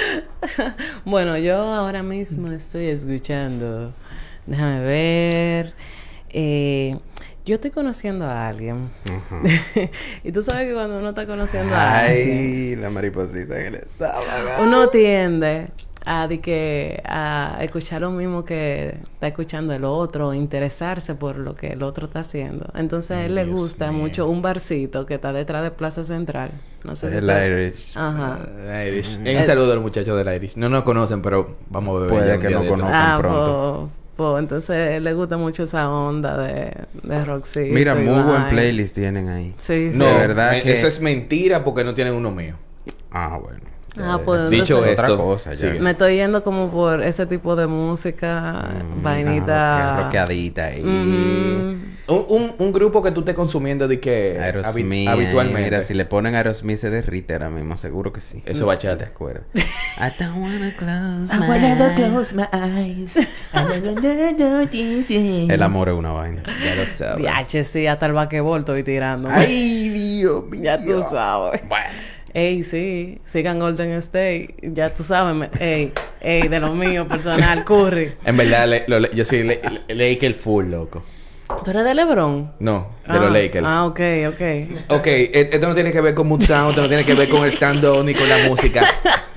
Speaker 3: Bueno, yo ahora mismo estoy escuchando. Déjame ver. Eh, yo estoy conociendo a alguien. <laughs> y tú sabes que cuando uno está conociendo a alguien,
Speaker 2: Ay, la mariposita que le estaba.
Speaker 3: uno tiende a, de que, a escuchar lo mismo que está escuchando el otro, interesarse por lo que el otro está haciendo. Entonces a él le
Speaker 2: Dios
Speaker 3: gusta
Speaker 2: mío.
Speaker 3: mucho un barcito que está detrás de Plaza Central. No sé si
Speaker 2: El
Speaker 3: ustedes-
Speaker 2: Irish.
Speaker 3: Ajá.
Speaker 1: El Eh, Irish. Un saludo al muchacho del Irish. No nos conocen, pero vamos a beber.
Speaker 2: Eh, Puede
Speaker 1: ya un
Speaker 2: que
Speaker 1: día
Speaker 2: no
Speaker 1: de esto.
Speaker 2: conozcan.
Speaker 3: Ah,
Speaker 2: pronto.
Speaker 3: po- po, entonces le gusta mucho esa onda de, de Roxy.
Speaker 2: Mira, muy buen playlist tienen ahí.
Speaker 3: Sí, sí.
Speaker 1: No,
Speaker 2: De verdad
Speaker 1: me-
Speaker 2: que-
Speaker 1: eso es mentira porque no tienen uno mío.
Speaker 2: Ah, bueno.
Speaker 3: Ah, pues,
Speaker 1: Dicho
Speaker 3: entonces-
Speaker 2: es otra
Speaker 1: esto,
Speaker 2: cosa ya.
Speaker 1: sí.
Speaker 3: Me estoy yendo como por ese tipo de
Speaker 2: Mm,
Speaker 3: música, vainita. Mm-hmm.
Speaker 2: roqueadita ahí.
Speaker 3: Ujú.
Speaker 1: Un, un, un grupo que tú estés consumiendo de que habi-
Speaker 2: Aerosmith.
Speaker 1: habitualmente.
Speaker 2: Mira, si le ponen Aerosmith se derrite ahora mismo, seguro que sí.
Speaker 1: Eso bachata.
Speaker 2: ¿Te
Speaker 3: <laughs>
Speaker 2: acuerdas? I don't wanna close
Speaker 7: I
Speaker 2: my
Speaker 7: wanna
Speaker 2: eyes.
Speaker 7: close my eyes. I wanna do this thing.
Speaker 2: El amor es una vaina.
Speaker 1: Ya lo sabes.
Speaker 3: Diache, sí, hasta el vaquebol estoy tirando.
Speaker 2: <laughs> Ay, Dios mío.
Speaker 3: <laughs> ya tú sabes. Ey, sí, sigan Golden State. Ya tú sabes. me- Ey, ey, de lo mío, personal, Curry.
Speaker 1: En verdad, le- lo- le- yo soy le- le- Laker full, loco.
Speaker 3: ¿Tú eres de LeBron?
Speaker 1: No, de
Speaker 3: ah,
Speaker 1: los Lakers.
Speaker 3: Ah, ok,
Speaker 2: <laughs>
Speaker 3: ok.
Speaker 1: Ok, e- esto no tiene que ver con Mood Sound, esto no tiene que ver con el stand-up ni con la música.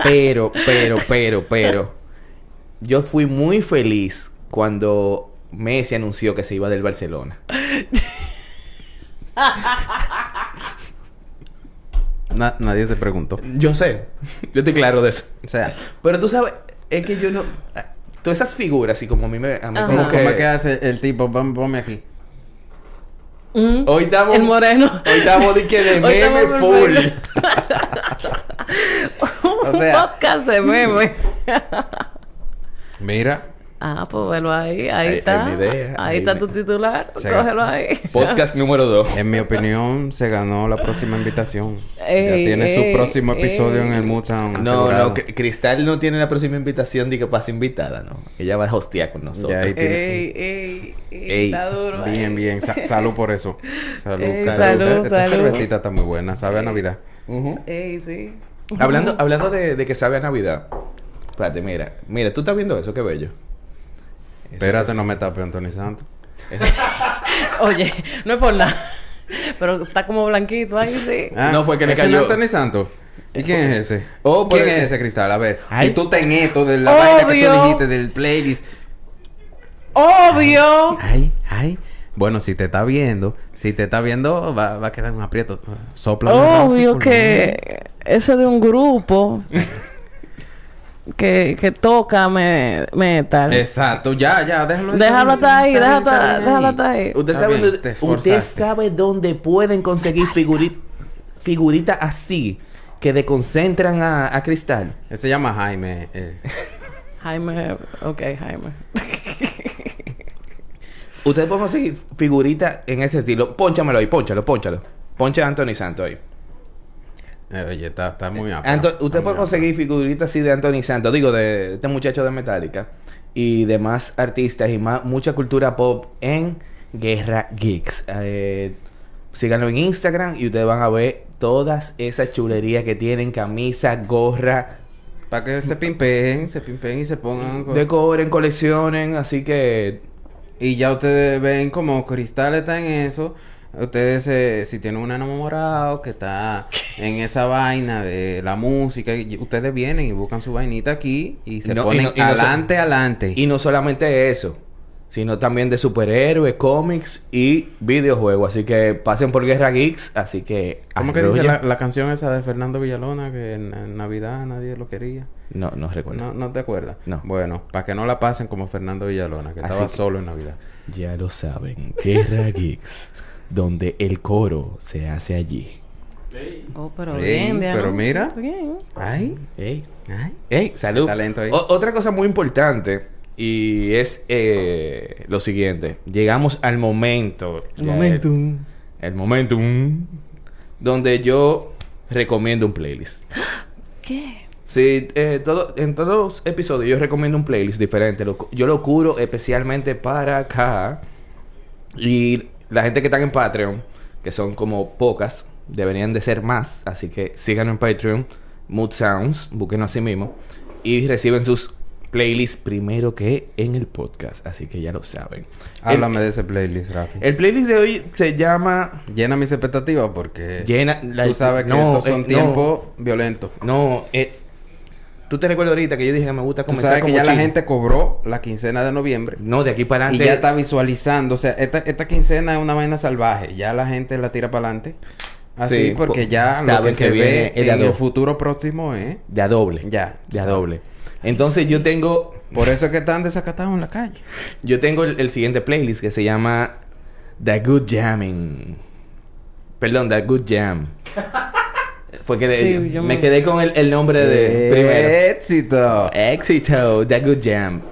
Speaker 1: Pero, pero, pero, pero. Yo fui muy feliz cuando Messi anunció que se iba del Barcelona.
Speaker 2: Na- nadie te preguntó.
Speaker 1: Yo sé, yo estoy claro de eso.
Speaker 2: O sea,
Speaker 1: Pero tú sabes, es que yo no. ah, Todas esas figuras, y como a mí me. A mí
Speaker 3: Ajá.
Speaker 1: como
Speaker 2: ¿cómo,
Speaker 1: que.
Speaker 2: cómo es que hace el tipo? Pon- Ponme aquí.
Speaker 3: Mm.
Speaker 1: Hoy estamos.
Speaker 3: El moreno.
Speaker 1: Hoy estamos de que de
Speaker 3: Hoy
Speaker 1: meme
Speaker 3: estamos
Speaker 1: full.
Speaker 3: perfecto.
Speaker 2: O
Speaker 3: Un
Speaker 2: sea-
Speaker 3: podcast
Speaker 2: <laughs>
Speaker 3: de meme.
Speaker 2: Mira.
Speaker 3: ah, pues velo ahí, ahí,
Speaker 1: Ahí-
Speaker 3: está.
Speaker 1: ahí
Speaker 3: Ahí,
Speaker 1: mi idea, ahí
Speaker 3: está
Speaker 1: mi-
Speaker 3: tu titular,
Speaker 2: Se-
Speaker 3: cógelo ahí. <laughs>
Speaker 1: Podcast número 2.
Speaker 2: En mi opinión, se ganó la próxima invitación.
Speaker 3: Ey,
Speaker 2: ya tiene su
Speaker 3: ey,
Speaker 2: próximo
Speaker 3: ey.
Speaker 2: episodio en el Mood Sound.
Speaker 1: No,
Speaker 2: asegurado.
Speaker 1: no, Cr- Cristal no tiene la próxima invitación de que pase invitada, no. Ella va a hostear con nosotros.
Speaker 2: Ya, ahí tiene-
Speaker 3: Ey, ey, ey,
Speaker 1: Ey,
Speaker 3: está duro.
Speaker 2: Bien, bien.
Speaker 3: <laughs>
Speaker 2: Sa- salud por eso. Salud.
Speaker 3: Ey,
Speaker 2: Esta-
Speaker 3: salud,
Speaker 2: Esta
Speaker 3: salud.
Speaker 2: cervecita está muy buena. Sabe a Navidad.
Speaker 1: Ujú.
Speaker 3: Ey, sí.
Speaker 1: Hablando, hablando de, de que sabe a Navidad. Espérate, mira. Mira, tú estás viendo eso, qué bello.
Speaker 2: Espérate, no me tapes, Anthony Santos.
Speaker 3: Oye, <laughs> no es por nada. Pero está como blanquito ahí, sí.
Speaker 2: Ah,
Speaker 1: No, fue que le
Speaker 2: ¿ese
Speaker 1: cayó.
Speaker 2: no es Anthony Santos? ¿Y quién es ese?
Speaker 1: Oh,
Speaker 2: ¿Quién
Speaker 1: pero-
Speaker 2: es ese, Cristal? A ver,
Speaker 1: Ay.
Speaker 2: si tú ten esto de la vaina que tú
Speaker 3: Obvio.
Speaker 2: dijiste del playlist.
Speaker 3: Obvio.
Speaker 2: Ay, ay. Bueno, si te está viendo, si te está viendo, va, va a quedar un aprieto. Sopla.
Speaker 3: Obvio que eso de un grupo que, que toca me- metal.
Speaker 2: Exacto, ya, ya, déjalo.
Speaker 3: Déjalo hasta ahí,
Speaker 2: Está bien,
Speaker 3: déjalo hasta-
Speaker 2: está bien
Speaker 3: déjalo hasta ahí.
Speaker 1: Usted
Speaker 2: Está
Speaker 1: sabe,
Speaker 2: bien, te
Speaker 1: dónde,
Speaker 2: esforzaste.
Speaker 1: usted sabe dónde pueden conseguir figuri- figuritas así que desconcentran a, a Cristal.
Speaker 2: Él se llama Jaime. eh.
Speaker 3: Jaime, ok, Jaime.
Speaker 1: Ustedes pueden conseguir figuritas en ese estilo. Pónchamelo ahí, pónchalo, pónchalo. Poncha a Anthony Santo ahí.
Speaker 2: Eh, oye, está, está muy apto.
Speaker 1: Anto- usted puede conseguir figuritas así de Anthony Santos, digo, de este muchacho de Metallica y demás artistas y más mucha cultura pop en Guerra Geeks. Eh, síganlo en Instagram y ustedes van a ver todas esas chulerías que tienen, camisa, gorra,
Speaker 2: Para que se pimpeen, se pimpeen y se pongan... co-
Speaker 1: decoren, coleccionen, así que
Speaker 2: Y ya ustedes ven como Cristal está en eso. Ustedes, eh, si tienen un enamorado que está en esa vaina de la música, y- ustedes vienen y buscan su vainita aquí y se
Speaker 1: No, y
Speaker 2: ponen
Speaker 1: no- y no se-
Speaker 2: adelante, adelante.
Speaker 1: y no solamente eso, sino también de superhéroes, cómics y videojuegos, así que pasen por Guerra Geeks, así que
Speaker 2: ¿Cómo que dice
Speaker 1: arrolla.
Speaker 2: la, la canción esa de Fernando Villalona que en, en Navidad nadie lo quería?
Speaker 1: No, no recuerdo.
Speaker 2: No, no te acuerdas.
Speaker 1: No.
Speaker 2: Bueno, para que no la pasen como Fernando Villalona, que
Speaker 1: Así
Speaker 2: estaba
Speaker 1: que-
Speaker 2: solo en Navidad.
Speaker 1: Ya lo saben, <laughs> Guerra Geeks, donde el coro se hace allí.
Speaker 3: Oh, pero
Speaker 2: Ey,
Speaker 3: bien, Diana.
Speaker 2: pero mira. Ah,
Speaker 3: Bien.
Speaker 2: Ay,
Speaker 1: Ey,
Speaker 2: ay.
Speaker 1: ey, salud.
Speaker 2: Talento ahí.
Speaker 1: O- otra cosa muy importante y es eh, lo siguiente. Llegamos al momento.
Speaker 3: El
Speaker 1: ya,
Speaker 3: momentum.
Speaker 1: El, el momentum. Donde yo recomiendo un playlist.
Speaker 6: ¿Qué?
Speaker 1: Sí, eh, todo, en todos los episodios yo recomiendo un playlist diferente. Lo cu- yo lo curo especialmente para acá. Y la gente que está en Patreon, que son como pocas, deberían de ser más. Así que síganos en Patreon, Mood Sounds, búsquenlo así mismo. Y reciben sus playlists primero que en el podcast. Así que ya lo saben.
Speaker 2: Háblame
Speaker 1: El,
Speaker 2: de ese playlist, Rafi.
Speaker 1: el playlist de hoy se llama...
Speaker 2: Llena mis expectativas porque
Speaker 1: Llena la-
Speaker 2: Eh, tú sabes que
Speaker 1: no,
Speaker 2: estos son
Speaker 1: eh, no.
Speaker 2: tiempos violentos.
Speaker 1: No, eh, tú te recuerdas ahorita que yo dije que me gusta
Speaker 2: Tú
Speaker 1: comenzar
Speaker 2: sabes que
Speaker 1: con
Speaker 2: ya la
Speaker 1: Muchi.
Speaker 2: gente cobró la quincena de noviembre
Speaker 1: No, de aquí para
Speaker 2: y
Speaker 1: adelante...
Speaker 2: ya está visualizando. O sea, esta, esta quincena es una vaina salvaje. Ya la gente la tira para adelante. Así
Speaker 1: Sí,
Speaker 2: porque
Speaker 1: po-
Speaker 2: ya lo
Speaker 1: saben
Speaker 2: que, se
Speaker 1: que viene
Speaker 2: ve
Speaker 1: el
Speaker 2: en el
Speaker 1: adobo.
Speaker 2: futuro próximo es...
Speaker 1: De a doble.
Speaker 2: Ya,
Speaker 1: De
Speaker 2: o
Speaker 1: a
Speaker 2: sea.
Speaker 1: doble. Entonces yo tengo,
Speaker 2: Por eso es que están desacatados en la calle.
Speaker 1: yo tengo el, el siguiente playlist que se llama The Good Jamming. Perdón, The Good Jam. Porque de-
Speaker 3: Sí, yo
Speaker 1: me
Speaker 3: me-
Speaker 1: quedé con el, el nombre de Eh. primero.
Speaker 2: Eh, ¡Éxito!
Speaker 1: Éxito, The Good Jam.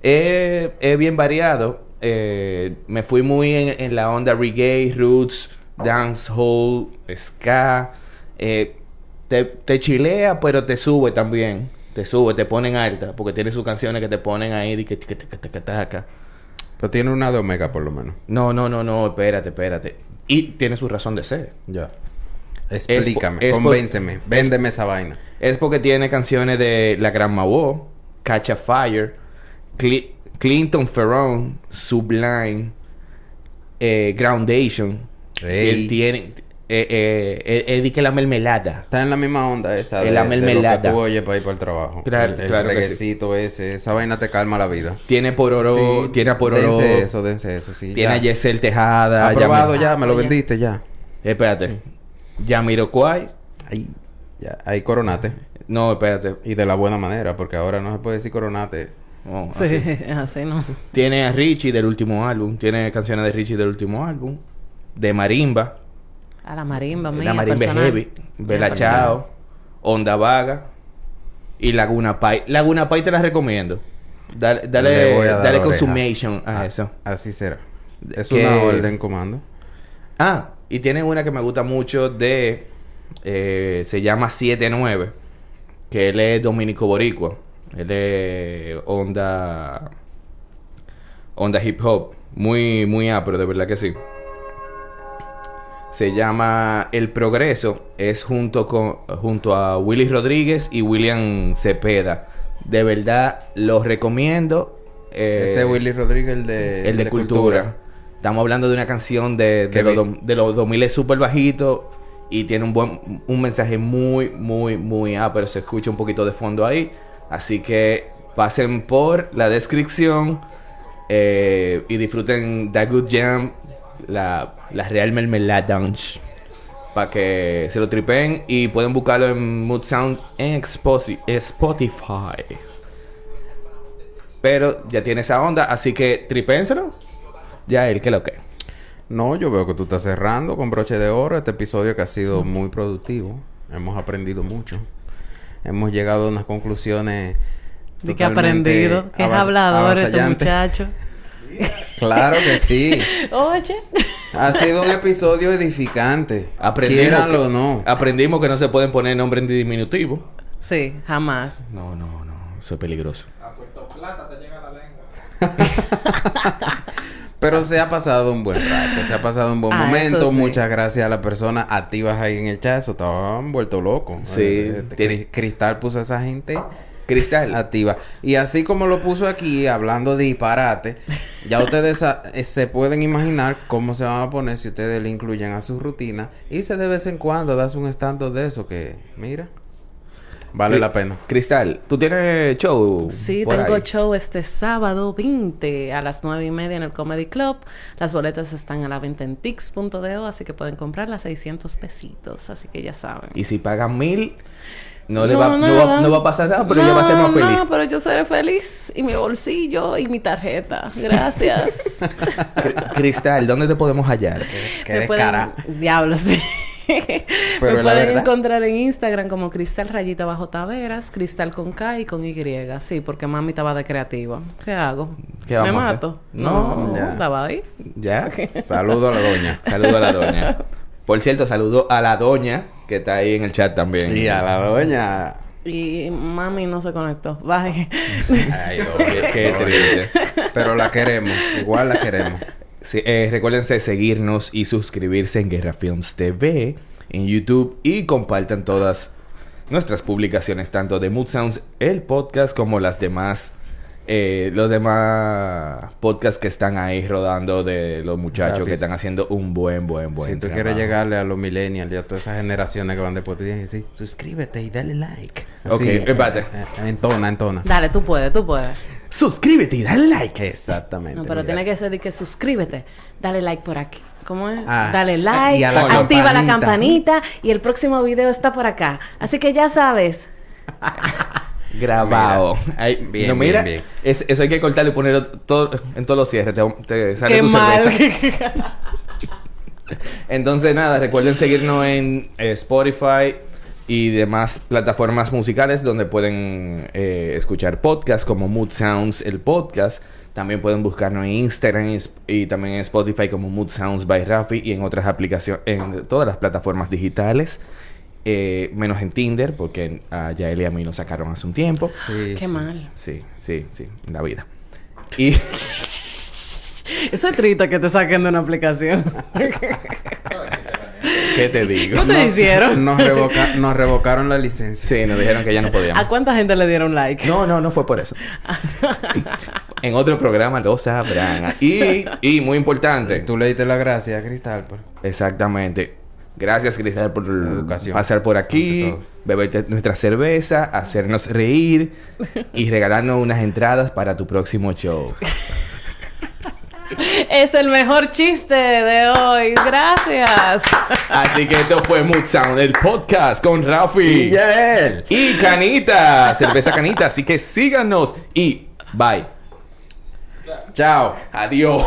Speaker 1: Es bien variado. Eh, me fui muy en, en la onda reggae, roots, dancehall, ska. Eh, te, te chilea, pero te sube también. Te sube, te ponen alta. Porque tiene sus canciones que te ponen ahí. de que tica, tica, tica, taca.
Speaker 2: Pero tiene una de Omega por lo menos.
Speaker 1: No, no, no, no, espérate, espérate. Y tiene su razón de ser.
Speaker 2: Ya. Explícame,
Speaker 1: es por-
Speaker 2: convénceme, véndeme esa vaina.
Speaker 1: Es porque tiene canciones de La Gran Mabó, Catch a Fire, Cli- Clinton Ferrone, Sublime, eh, Groundation.
Speaker 2: Ey.
Speaker 1: Y Él tiene. eh, eh, eh, él dice que la mermelada.
Speaker 2: Está en la misma onda esa de,
Speaker 1: En la
Speaker 2: de lo que
Speaker 1: mermelada.
Speaker 2: tú oyes para ir para el trabajo.
Speaker 1: Claro,
Speaker 2: el el
Speaker 1: claro que sí.
Speaker 2: reguecito ese, esa vaina te calma la vida.
Speaker 1: Tiene Pororo,
Speaker 2: Sí,
Speaker 1: tiene a Pororo,
Speaker 2: Dense eso, dense eso, sí.
Speaker 1: tiene a
Speaker 2: ya.
Speaker 1: Yesel Tejada.
Speaker 2: Aprobado
Speaker 1: Yami-
Speaker 2: ya, me lo vendiste ya.
Speaker 1: Espérate. Yamiroquai.
Speaker 2: Ahí, ya, ahí coronate.
Speaker 1: No, espérate.
Speaker 2: Y de la buena manera, porque ahora no se puede decir coronate.
Speaker 1: No,
Speaker 3: Sí,
Speaker 1: así.
Speaker 3: es <laughs> así, ¿no?
Speaker 1: Tiene a Richie del último álbum. Tiene canciones de Richie del último álbum. De Marimba.
Speaker 3: A la marimba, mía,
Speaker 1: La Marimba es
Speaker 3: personal.
Speaker 1: Heavy, Bella
Speaker 3: Mía
Speaker 1: Chao, Onda Vaga y Laguna Pai. Laguna Pai te la recomiendo. Dale,
Speaker 2: Le voy
Speaker 1: dale,
Speaker 2: a dar
Speaker 1: dale
Speaker 2: oreja. Ah.
Speaker 1: consummation a Ah, eso.
Speaker 2: Así será. Es
Speaker 1: Que-
Speaker 2: una orden comando.
Speaker 1: Ah, y tienen una que me gusta mucho de... eh, se llama 79, que él es dominico boricua. Él es onda... Onda hip hop. Muy, muy apro, de verdad que sí. Se llama El Progreso. Es junto, con, junto a Willy Rodríguez y William Cepeda. De verdad, los recomiendo. Eh,
Speaker 2: Ese Willy Rodríguez, el de,
Speaker 1: el de, cultura. Estamos hablando de una canción de,
Speaker 2: Que
Speaker 1: de, los,
Speaker 2: ve-
Speaker 1: dom- de los 2000 es súper bajito y tiene un buen un mensaje muy, muy, muy... Ah, pero se escucha un poquito de fondo ahí. Así que pasen por la descripción eh, y disfruten The Good Jam, la, la Real Mermelada para que se lo tripen y pueden buscarlo en Mood Sound en Exposi- Spotify. Pero ya tiene esa onda, así que tripénselo. Ya él que lo que.
Speaker 2: No, yo veo que tú estás cerrando con broche de oro este episodio que ha sido muy productivo. Hemos aprendido mucho. Hemos llegado a unas conclusiones.
Speaker 3: De que ha
Speaker 2: totalmente
Speaker 3: aprendido, que es este
Speaker 2: avas-
Speaker 3: hablador este
Speaker 2: avasallantes.
Speaker 3: muchacho.
Speaker 2: Claro que sí.
Speaker 3: <laughs> Oye.
Speaker 2: Ha sido un episodio edificante.
Speaker 1: Aprendimos que,
Speaker 2: Quiéranlo o no.
Speaker 1: aprendimos que no se pueden poner nombre en diminutivo.
Speaker 3: Sí, jamás.
Speaker 1: No, no, no. Eso es peligroso.
Speaker 8: A Puerto Plata te llega la lengua.
Speaker 2: Pero se ha pasado un buen rato, se ha pasado un buen
Speaker 3: Ah, eso
Speaker 2: momento.
Speaker 3: sí.
Speaker 2: Muchas gracias a las personas activas ahí en el chat. Eso estaban vuelto loco.
Speaker 1: Sí,
Speaker 2: Eh, eh,
Speaker 1: tiene-
Speaker 2: Cri- Cristal puso a esa gente
Speaker 1: Cristal.
Speaker 2: activa. Y así como lo puso aquí, hablando de disparate, ya ustedes sa- eh, se pueden imaginar cómo se van a poner si ustedes le incluyen a su rutina. Y se de vez en cuando das un estando de eso que, mira, vale
Speaker 1: Cri-
Speaker 2: la pena.
Speaker 1: Cristal, ¿tú tienes show?
Speaker 3: Sí,
Speaker 1: por
Speaker 3: tengo
Speaker 1: ahí?
Speaker 3: show este sábado 20 a las 9 y media en el Comedy Club. Las boletas están a la venta en tix.do, así que pueden comprarlas 600 pesitos, así que ya saben.
Speaker 1: Y si pagan mil, no, le va, no, va,
Speaker 3: nada.
Speaker 1: no va a pasar nada, pero ella va a ser más
Speaker 3: No,
Speaker 1: feliz.
Speaker 3: No, pues. pero yo seré feliz. Y mi bolsillo y mi tarjeta.
Speaker 1: <laughs>
Speaker 3: Gracias.
Speaker 1: Cri- Cristal, ¿dónde te podemos hallar?
Speaker 3: <laughs>
Speaker 2: Qué
Speaker 3: Me pueden-
Speaker 2: descarada.
Speaker 3: Diablo,
Speaker 2: <laughs>
Speaker 3: sí.
Speaker 2: Pero la
Speaker 3: Me pueden
Speaker 2: verdad.
Speaker 3: encontrar en Instagram como Cristal Rayita Bajo Taveras, Cristal con K y con Y. Sí, porque mami estaba de creativa. ¿Qué hago?
Speaker 1: ¿Qué vamos
Speaker 3: ¿Me
Speaker 1: a hacer?
Speaker 3: mato?
Speaker 1: No,
Speaker 2: ya.
Speaker 3: estaba ahí.
Speaker 1: ¿Ya?
Speaker 2: Saludo a la doña.
Speaker 1: Saludo a la doña. Por cierto, saludo a la doña que está ahí en el chat también.
Speaker 2: Y a la doña.
Speaker 3: Y mami no se conectó. Bye.
Speaker 2: Ay,
Speaker 1: Qué- qué triste.
Speaker 2: Pero la queremos, igual la queremos.
Speaker 1: Sí, eh, recuérdense seguirnos y suscribirse en Guerra Films TV en YouTube y compartan todas nuestras publicaciones, tanto de Mood Sounds, el podcast, como las demás, eh, los demás podcasts que están ahí rodando de los muchachos que
Speaker 2: Grafis.
Speaker 1: están haciendo un buen, buen, buen.
Speaker 2: si tú
Speaker 1: trabajo.
Speaker 2: quieres llegarle a los millennials y a todas esas generaciones que van después, tú tienes que decir, suscríbete y dale like.
Speaker 1: Ok,
Speaker 2: eh,
Speaker 1: espérate.
Speaker 2: eh, Entona, entona.
Speaker 3: <laughs> Dale, tú puedes, tú puedes.
Speaker 1: Suscríbete y dale like.
Speaker 2: Exactamente.
Speaker 3: No, pero tiene que ser de que suscríbete. Dale like por aquí. ¿Cómo es?
Speaker 2: Ah,
Speaker 3: Dale
Speaker 2: y
Speaker 3: like,
Speaker 2: a la
Speaker 3: activa la
Speaker 2: campanita.
Speaker 3: campanita y el próximo video está por acá. Así que ya sabes.
Speaker 1: Grabado.
Speaker 2: Mira.
Speaker 1: Ay,
Speaker 2: Bien,
Speaker 1: no,
Speaker 2: bien,
Speaker 1: mira,
Speaker 2: bien.
Speaker 1: es- eso hay que cortarlo y ponerlo todo, en todos los cierres. Te, te sale
Speaker 3: Qué
Speaker 1: tu
Speaker 2: <laughs>
Speaker 3: mal. <laughs>
Speaker 1: cerveza. Entonces, nada, recuerden seguirnos en eh, Spotify y demás plataformas musicales donde pueden eh, escuchar podcasts como Mood Sounds, el podcast. También pueden buscarnos en Instagram y, Sp- y también en Spotify como Mood Sounds by Rafi y en otras aplicaciones, en todas las plataformas digitales. eh, menos en Tinder, porque a Yael y a mí nos sacaron hace un tiempo.
Speaker 2: Sí,
Speaker 3: Qué
Speaker 2: sí.
Speaker 3: mal.
Speaker 1: Sí, sí, sí, en la vida. Y <laughs>
Speaker 3: Eso es triste que te saquen de una aplicación.
Speaker 1: qué te digo.
Speaker 3: ¿Qué te hicieron?
Speaker 2: <laughs> Nos, revoca- nos revocaron la licencia.
Speaker 1: Sí, nos dijeron que ya no podíamos.
Speaker 3: ¿A cuánta gente le dieron like?
Speaker 1: <laughs> No, no, no fue por
Speaker 2: <laughs>
Speaker 1: eso. en otro programa lo sabrán. Y, y muy importante.
Speaker 2: Tú le diste la gracia a Cristal. pero-
Speaker 1: Exactamente. Gracias, Cristal, por
Speaker 2: educación.
Speaker 1: pasar por
Speaker 2: Ante
Speaker 1: aquí,
Speaker 2: todo.
Speaker 1: beberte nuestra cerveza, hacernos reír y regalarnos unas entradas para tu próximo
Speaker 2: <laughs>
Speaker 1: show.
Speaker 3: Es el mejor chiste de hoy. Gracias.
Speaker 1: Así que esto fue Mood Sound, el podcast con Rafi.
Speaker 2: Y ya él.
Speaker 1: Y Canita, cerveza Canita. Así que síganos y bye.
Speaker 2: Chao.
Speaker 1: Adiós.